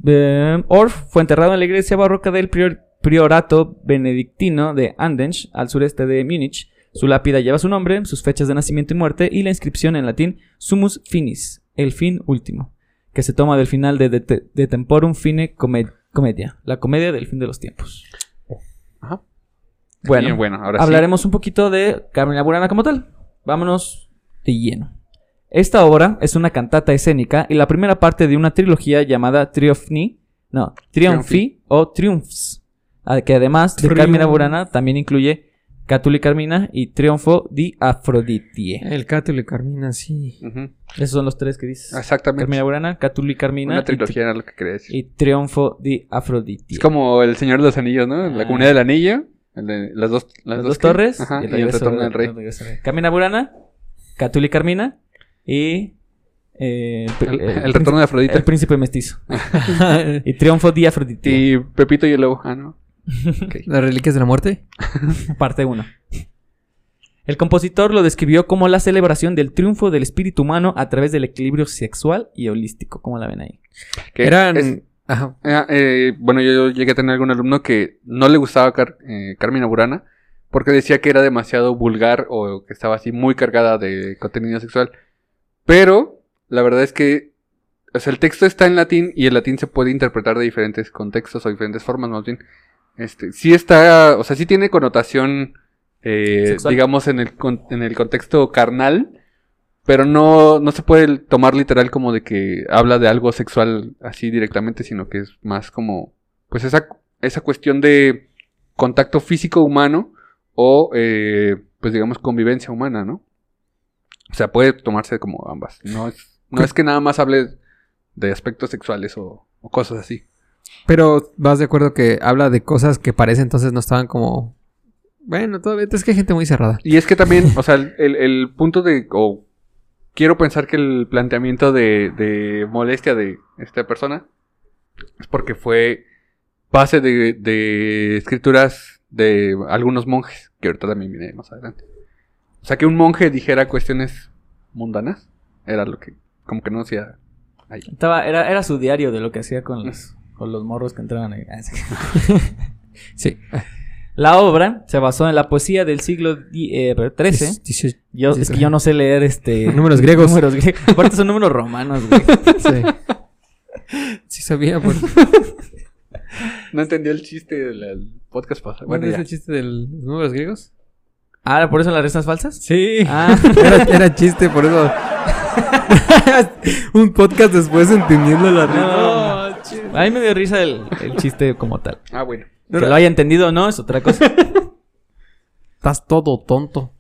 Speaker 1: eh, Orff fue enterrado en la iglesia barroca del prior- priorato benedictino de Andensch, al sureste de Múnich. Su lápida lleva su nombre, sus fechas de nacimiento y muerte y la inscripción en latín Sumus Finis, el fin último, que se toma del final de, de- de Temporum Fine Come- Comedia, la comedia del fin de los tiempos.
Speaker 2: Ajá.
Speaker 1: Bueno,
Speaker 2: Bien, bueno, ahora
Speaker 1: hablaremos un poquito de Carmina Burana como tal. Vámonos de lleno. Esta obra es una cantata escénica y la primera parte de una trilogía llamada Triumphni, no, Triumphi o Triumphs, a- que además de Carmina Burana también incluye Catuli Carmina y Triunfo di Afrodite.
Speaker 3: El Cátulo y Carmina, sí.
Speaker 2: sí. Ujú,
Speaker 1: Esos son los tres que dices. Carmina
Speaker 2: Exactamente.
Speaker 1: Burana, Catuli Carmina
Speaker 2: Una
Speaker 1: y
Speaker 2: trilogía era lo que quería
Speaker 1: tri-
Speaker 2: decir.
Speaker 1: y, Triunfo di Afrodite.
Speaker 2: Es como El Señor de los Anillos, ¿no?
Speaker 1: Ah.
Speaker 2: La comunidad del anillo. el de- las dos,
Speaker 1: Las
Speaker 2: las dos
Speaker 1: dos
Speaker 2: qué?
Speaker 1: torres
Speaker 2: Ajá, y el
Speaker 1: regreso
Speaker 2: retorno
Speaker 1: del-
Speaker 2: del rey.
Speaker 1: el regreso del rey. Carmina Burana, Catuli Carmina y eh, pr-
Speaker 2: El,
Speaker 1: eh,
Speaker 2: el retorno
Speaker 1: príncipe-
Speaker 2: de Afrodita.
Speaker 1: el príncipe mestizo. y triunfo di Afrodite,
Speaker 2: Y Pepito y el lobo. Ah, no.
Speaker 3: Las reliquias de la muerte.
Speaker 1: parte 1. El compositor lo describió como la celebración del triunfo del espíritu humano a través del equilibrio sexual y holístico, como la ven ahí.
Speaker 2: Que
Speaker 3: eran...
Speaker 2: es-
Speaker 3: Ajá.
Speaker 2: Ah, eh, bueno, yo yo llegué a tener algún alumno que no le gustaba Car- eh, Carmina Burana porque decía que era demasiado vulgar o que estaba así muy cargada de contenido sexual. Pero la verdad es que o sea, el texto está en latín y el latín se puede interpretar de diferentes contextos o diferentes formas, más bien. Este, sí está, o sea, sí tiene connotación, eh,
Speaker 1: Sexual.
Speaker 2: digamos, en el, con- en el contexto carnal, pero no, no se puede tomar literal como de que habla de algo sexual así directamente, sino que es más como, pues esa, esa cuestión de contacto físico humano o, eh, pues digamos, convivencia humana, ¿no? O sea, puede tomarse como ambas. No es, no es que nada más hable de aspectos sexuales o, o cosas así.
Speaker 3: Pero vas de acuerdo que habla de cosas que parece entonces no estaban como. Bueno, todavía es que hay gente muy cerrada.
Speaker 2: Y es que también, o sea, el, el punto de, o quiero pensar que el planteamiento de, de molestia de esta persona es porque fue base de, de escrituras de algunos monjes, que ahorita también viene más adelante. O sea, que un monje dijera cuestiones mundanas, era lo que, como que no hacía ahí.
Speaker 1: Estaba, era, era su diario de lo que hacía con los, con los morros que entraban ahí. Ah, sí.
Speaker 3: Sí.
Speaker 1: La obra se basó en la poesía del siglo di- eh, XIII.
Speaker 3: Dice-
Speaker 1: Yo, es que yo no sé leer este...
Speaker 3: Números griegos.
Speaker 1: Números griegos. Aparte son números romanos, güey.
Speaker 3: Sí. Sí sabía, por...
Speaker 2: No entendí el chiste del del podcast pasado. Bueno,
Speaker 3: ¿No es
Speaker 2: ya.
Speaker 3: el chiste de los números griegos?
Speaker 1: Ah, ¿por eso las restas falsas?
Speaker 3: Sí.
Speaker 1: Ah,
Speaker 3: Era, era chiste, por eso. Un podcast después entendiendo la
Speaker 1: No, a mí me dio risa el, el chiste como tal.
Speaker 2: Ah, bueno.
Speaker 1: Que lo haya entendido o no es otra cosa.
Speaker 3: Estás todo tonto.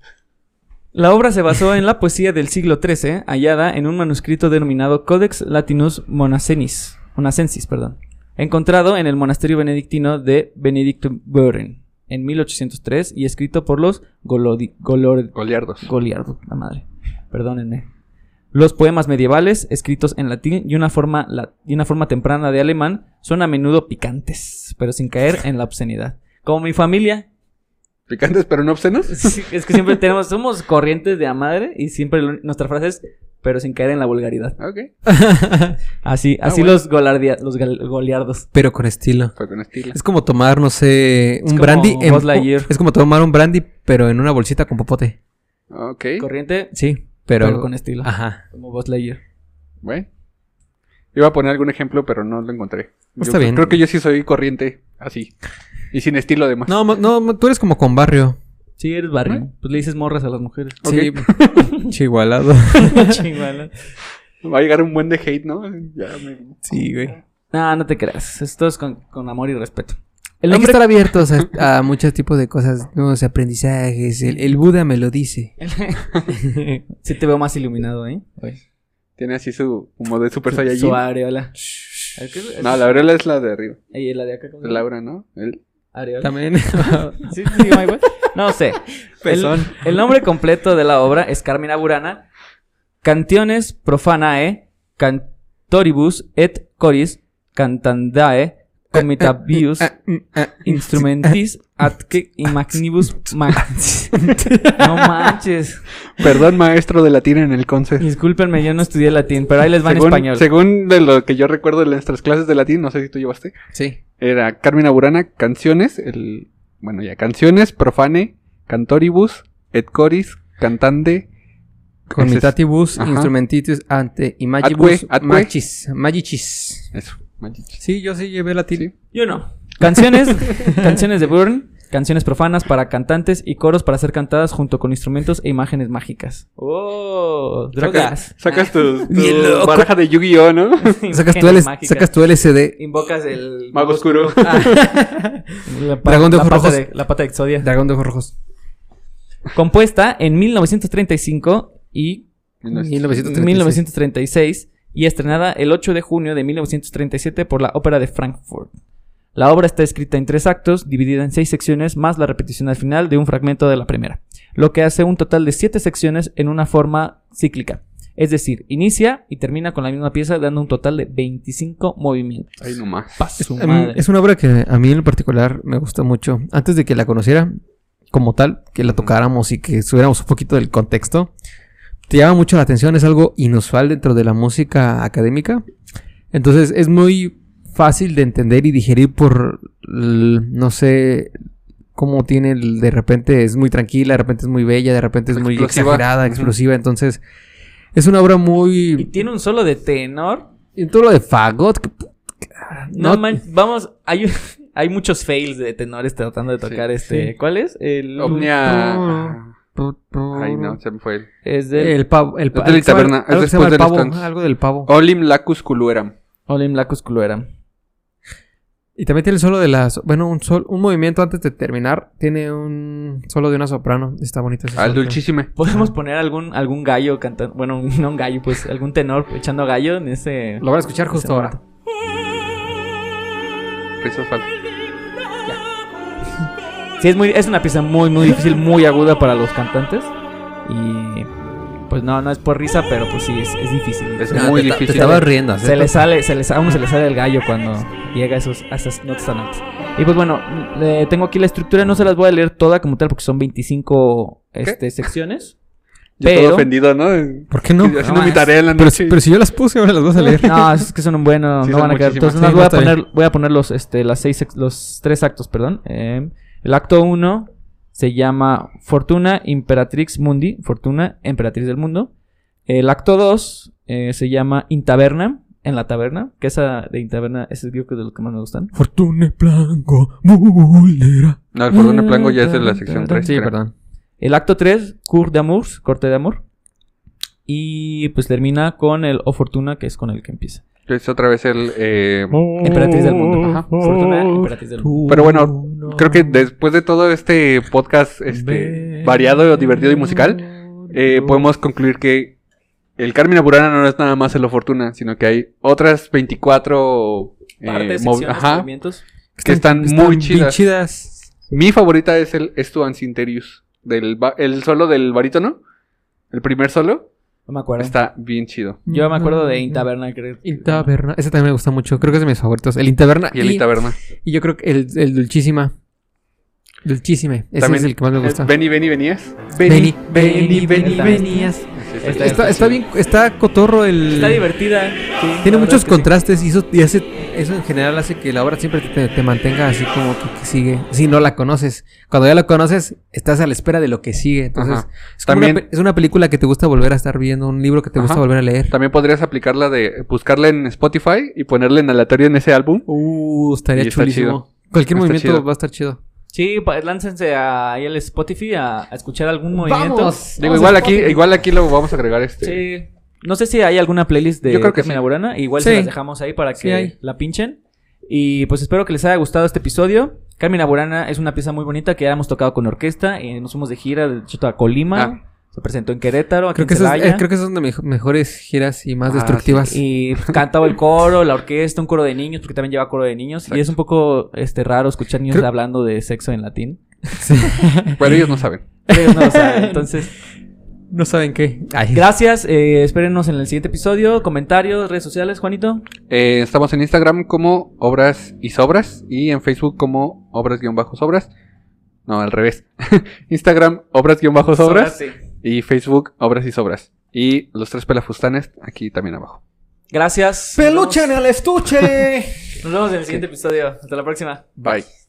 Speaker 1: La obra se basó en la poesía del siglo XIII, hallada en un manuscrito denominado Codex Latinus Monacenis, Monacensis, perdón, encontrado en el monasterio benedictino de Benedictum Beuren en 1803 y escrito por los Golodi, Golor-
Speaker 2: Goliardos.
Speaker 1: Goliardo, la madre. Perdónenme. Los poemas medievales, escritos en latín y una forma, la- y una forma temprana de alemán, son a menudo picantes, pero sin caer en la obscenidad. Como mi familia,
Speaker 2: Picantes, pero no obscenos.
Speaker 1: sí, es que siempre tenemos, somos corrientes de a madre y siempre lo- nuestra frase es, pero sin caer en la vulgaridad.
Speaker 2: Ok.
Speaker 1: Así,
Speaker 2: Ah,
Speaker 1: así
Speaker 2: bueno.
Speaker 1: los, golardia- los gal- goliardos.
Speaker 3: Pero con estilo.
Speaker 2: Fue Pues con estilo.
Speaker 3: Es como tomar, no sé, un
Speaker 1: como
Speaker 3: brandy. en-
Speaker 1: Buzz Lightyear.
Speaker 3: es como tomar un brandy, pero en una bolsita con popote.
Speaker 2: Ok.
Speaker 1: Corriente,
Speaker 3: Sí, pero. Ah.
Speaker 1: pero con estilo.
Speaker 3: Ajá.
Speaker 1: Como Buzz Lightyear.
Speaker 2: Bueno. Iba a poner algún ejemplo, pero no lo encontré. Yo
Speaker 3: Está bien.
Speaker 2: Creo que yo sí soy corriente, así. Y sin estilo además.
Speaker 3: No, mo- no, mo- tú eres como con barrio.
Speaker 1: Sí, eres barrio. Pues le dices morras a las mujeres.
Speaker 2: Ok.
Speaker 3: Sí. pues, Chigualado.
Speaker 1: Chingala.
Speaker 2: Va a llegar un buen de hate, ¿no? Ya me-
Speaker 3: Sí, güey.
Speaker 1: No, no te creas. Esto es con, con amor y respeto. El
Speaker 3: El Hay
Speaker 1: nombre,
Speaker 3: que estar abiertos a, a muchos tipos de cosas, nuevos aprendizajes. El, el Buda me lo dice.
Speaker 1: Sí te veo más iluminado, ¿eh?
Speaker 2: Tiene así su como de super saiyajin.
Speaker 1: Su areola.
Speaker 2: No, la aureola es la de arriba.
Speaker 1: Y la de acá ¿cómo se llama?
Speaker 2: Laura, ¿no? El-
Speaker 1: Areola.
Speaker 3: También.
Speaker 1: Sí, sí, sí, igual. No sé. El, el nombre completo de la obra es Carmina Burana. Canciones profanae, cantoribus et coris, cantandae,
Speaker 3: eh,
Speaker 1: comitabius,
Speaker 3: Ah, mm,
Speaker 1: instrumentis, atque y magnibus max. No manches.
Speaker 2: Perdón, maestro de latín en el concert.
Speaker 1: Discúlpenme, yo no estudié latín, pero ahí les va en español.
Speaker 2: según de lo que yo recuerdo de nuestras clases de latín, no sé si tú llevaste,
Speaker 3: sí.
Speaker 2: era Carmina Burana, canciones, el bueno ya, canciones, profane, cantoribus, et coris, cantande,
Speaker 3: Con
Speaker 2: Ese es-
Speaker 3: mitatibus,
Speaker 2: Ajá.
Speaker 3: instrumentitus, ante y
Speaker 2: Atque,
Speaker 3: magibus,
Speaker 2: atque.
Speaker 3: magicis, magicis.
Speaker 2: Eso, magicis.
Speaker 3: Sí, yo sí llevé latín.
Speaker 2: Sí.
Speaker 1: Yo no. Canciones, canciones de Burn, canciones profanas para cantantes y coros para ser cantadas junto con instrumentos e imágenes mágicas. Oh, drogas.
Speaker 2: Sacas tu, tu
Speaker 3: Ah, Bien loco.
Speaker 2: baraja de Yu-Gi-Oh, ¿no?
Speaker 3: Sacas tu, L-
Speaker 1: Imágenes mágicas.
Speaker 3: sacas tu LCD,
Speaker 1: Invocas el
Speaker 2: Mago oscuro.
Speaker 1: Ah. La pa-
Speaker 3: Dragón de
Speaker 1: la
Speaker 3: ojos
Speaker 1: pata
Speaker 3: rojos.
Speaker 1: de- la pata de Exodia.
Speaker 3: dragón de ojos rojos.
Speaker 1: Compuesta en 1935 y
Speaker 3: 1936.
Speaker 1: 1936 y estrenada el 8 de junio de 1937 por la Ópera de Frankfurt. La obra está escrita en tres actos, dividida en seis secciones, más la repetición al final de un fragmento de la primera, lo que hace un total de siete secciones en una forma cíclica. Es decir, inicia y termina con la misma pieza, dando un total de 25 movimientos.
Speaker 2: Ahí nomás.
Speaker 1: Pa' su
Speaker 3: A mí-
Speaker 1: madre.
Speaker 3: Em, Es una obra que a mí en particular me gusta mucho. Antes de que la conociera como tal, que la tocáramos y que subiéramos un poquito del contexto, te llama mucho la atención. Es algo inusual dentro de la música académica. Entonces es muy fácil de entender y digerir por, l- no sé, cómo tiene, el- de repente es muy tranquila, de repente es muy bella, de repente es muy
Speaker 2: Explosiva.
Speaker 3: exagerada,
Speaker 2: Ujú.
Speaker 3: explosiva. Entonces es una obra
Speaker 1: Y
Speaker 3: muy...
Speaker 1: tiene un solo de tenor.
Speaker 3: Y todo lo de Fagot, que-
Speaker 1: No,
Speaker 3: No-
Speaker 1: man- vamos, hay, hay muchos fails de tenores tratando de tocar este. ¿Cuál es? El
Speaker 2: Omnia. Ay, no, se me fue. el-
Speaker 1: Es del
Speaker 3: El pavo. El pa-
Speaker 2: Es de la
Speaker 3: algo se llama-
Speaker 2: taberna, es
Speaker 3: algo se
Speaker 2: después Oh.
Speaker 3: llama el
Speaker 2: de los
Speaker 3: pavo,
Speaker 2: tanques.
Speaker 3: Algo del pavo.
Speaker 2: Olim lacus culueram.
Speaker 1: Olim Lacus Culoera.
Speaker 3: Y también tiene el solo de las. Bueno, un sol, un movimiento antes de terminar. Tiene un solo de una soprano. Está bonito ese
Speaker 2: Al
Speaker 3: solo.
Speaker 2: dulcísime.
Speaker 1: Podemos poner algún, algún gallo cantando. Bueno, no un gallo, pues algún tenor echando gallo en ese.
Speaker 3: Lo van a escuchar justo ahora.
Speaker 2: Risas falsas.
Speaker 1: Sí, es, muy, es una pieza muy, muy difícil, muy aguda para los cantantes. Y. Pues no, no es por risa, pero pues sí, es, es difícil.
Speaker 2: Es
Speaker 1: Se-
Speaker 2: muy
Speaker 3: Ah, te,
Speaker 2: difícil.
Speaker 3: ta-
Speaker 2: eh.
Speaker 3: Te estabas riendo.
Speaker 1: se le sale, se les, aún se le sale el gallo cuando llega a, esos, a esas notas tan altas. Y pues bueno, eh, tengo aquí la estructura, no se las voy a leer toda como tal porque son 25 este, secciones.
Speaker 2: Yo todo
Speaker 1: Pero-
Speaker 2: ofendido, ¿no?
Speaker 3: ¿Por qué no?
Speaker 2: Yo haciendo
Speaker 1: No,
Speaker 2: mi
Speaker 1: es-
Speaker 2: tarea en la
Speaker 3: Pero,
Speaker 2: noche.
Speaker 3: si- pero si yo las puse, ahora las vas a leer.
Speaker 1: No, es que son un bueno,
Speaker 2: Sí,
Speaker 1: no
Speaker 2: son
Speaker 1: van a quedar.
Speaker 2: muchísimas.
Speaker 1: Entonces, nada más
Speaker 3: Sí,
Speaker 1: voy,
Speaker 3: no,
Speaker 1: a
Speaker 3: está bien.
Speaker 1: poner, voy a poner los, este, las seis, ex- los tres actos, perdón. Eh, el acto uno se llama Fortuna Imperatrix Mundi, Fortuna Emperatriz del Mundo. El acto dos eh, se llama Intaberna, en la taberna, que esa de Intaberna es el que de los que más me gustan.
Speaker 3: Fortuna Blanco, Mulera.
Speaker 2: No, el cordón de plango ya es de la sección 3.
Speaker 3: Sí, perdón.
Speaker 1: El acto 3, Cour d'amour, corte de amor. Y pues termina con el O Fortuna, que es con el que empieza.
Speaker 2: Es otra vez el... eh,
Speaker 1: Emperatriz del mundo.
Speaker 2: Ajá.
Speaker 1: Fortuna, emperatriz del mundo.
Speaker 2: Pero bueno, creo que después de todo este podcast este, variado, divertido y musical, eh, podemos concluir que el Carmina Burana no es nada más el Fortuna, sino que hay otras 24 eh,
Speaker 1: Partes,
Speaker 2: mov-
Speaker 1: secciones,
Speaker 2: ajá,
Speaker 1: movimientos.
Speaker 2: que están, muy
Speaker 3: bien
Speaker 2: chidas.
Speaker 3: chidas.
Speaker 2: Mi favorita es el Estuans Interius, del ba- el solo del barítono, el primer solo,
Speaker 1: No me acuerdo.
Speaker 2: está bien chido.
Speaker 1: Yo me acuerdo de Intaberna, creo.
Speaker 3: Intaberna. Ese también me gusta mucho. Creo que es de mis favoritos. El Intaberna.
Speaker 2: Y el Itaberna.
Speaker 3: y yo creo que el, el Dulchísima. Dulchísime. Ese
Speaker 2: También-
Speaker 3: es el que más me gusta.
Speaker 2: Ven y ven y venías.
Speaker 3: Vení,
Speaker 1: vení, vení,
Speaker 3: venías.
Speaker 2: Así es,
Speaker 1: Está-
Speaker 2: ahí
Speaker 3: Está, está bien, está cotorro el.
Speaker 1: Está divertida.
Speaker 3: Tiene muchos contrastes y eso, y hace, eso en general hace que la obra siempre te, te mantenga así como que, que sigue. Si no la conoces, cuando ya la conoces, estás a la espera de lo que sigue. Entonces,
Speaker 2: Ajá.
Speaker 3: es, como una
Speaker 2: También-
Speaker 3: pe- es una película que te gusta volver a estar viendo, un libro que te gusta
Speaker 2: Ajá.
Speaker 3: volver a leer.
Speaker 2: También podrías aplicarla de buscarla en Spotify y ponerla en aleatorio en ese álbum.
Speaker 3: Uh, estaría
Speaker 2: Y está
Speaker 3: chulísimo.
Speaker 2: Está
Speaker 3: Cualquier movimiento
Speaker 2: chido.
Speaker 3: va a estar chido.
Speaker 1: Sí, pa- láncense a- ahí al Spotify a, a escuchar algún movimiento.
Speaker 2: Digo, igual aquí, igual aquí lo vamos a agregar este.
Speaker 1: Sí. No sé si hay alguna playlist de
Speaker 2: Yo creo que
Speaker 1: Carmen
Speaker 2: sí.
Speaker 1: Burana. Igual
Speaker 3: Sí.
Speaker 1: se las dejamos ahí para que
Speaker 3: Sí hay.
Speaker 1: la pinchen. Y pues espero que les haya gustado este episodio. Carmen Burana es una pieza muy bonita que ya hemos tocado con orquesta. Y nos fuimos de gira, de hecho, a Colima.
Speaker 2: Ah.
Speaker 1: Se presentó en Querétaro, aquí
Speaker 3: Creo
Speaker 1: en
Speaker 3: que, esas-
Speaker 1: Celaya.
Speaker 3: eh, creo que esas son de mejo- mejores giras y más
Speaker 2: Ah,
Speaker 3: destructivas.
Speaker 1: Y pues, cantaba el coro, la orquesta, un coro de niños, porque también lleva coro de niños. Y es un poco este raro escuchar niños
Speaker 3: Creo-
Speaker 1: hablando de sexo en latín.
Speaker 2: Pero ellos no saben.
Speaker 1: Ellos no lo saben. Entonces,
Speaker 3: No saben qué. Ay.
Speaker 1: gracias. eh, espérenos en el siguiente episodio. Comentarios, redes sociales, Juanito.
Speaker 2: Eh, estamos en Instagram como Obras y Sobras y en Facebook como Obras-Sobras. No, al revés. Instagram Obras-Sobras y Facebook Obras y Sobras. Y los tres pelafustanes aquí también abajo.
Speaker 1: Gracias.
Speaker 4: ¡Peluche
Speaker 1: Nos
Speaker 4: en
Speaker 1: vemos,
Speaker 4: el estuche!
Speaker 1: nos vemos en el siguiente episodio. Hasta la próxima.
Speaker 2: Bye.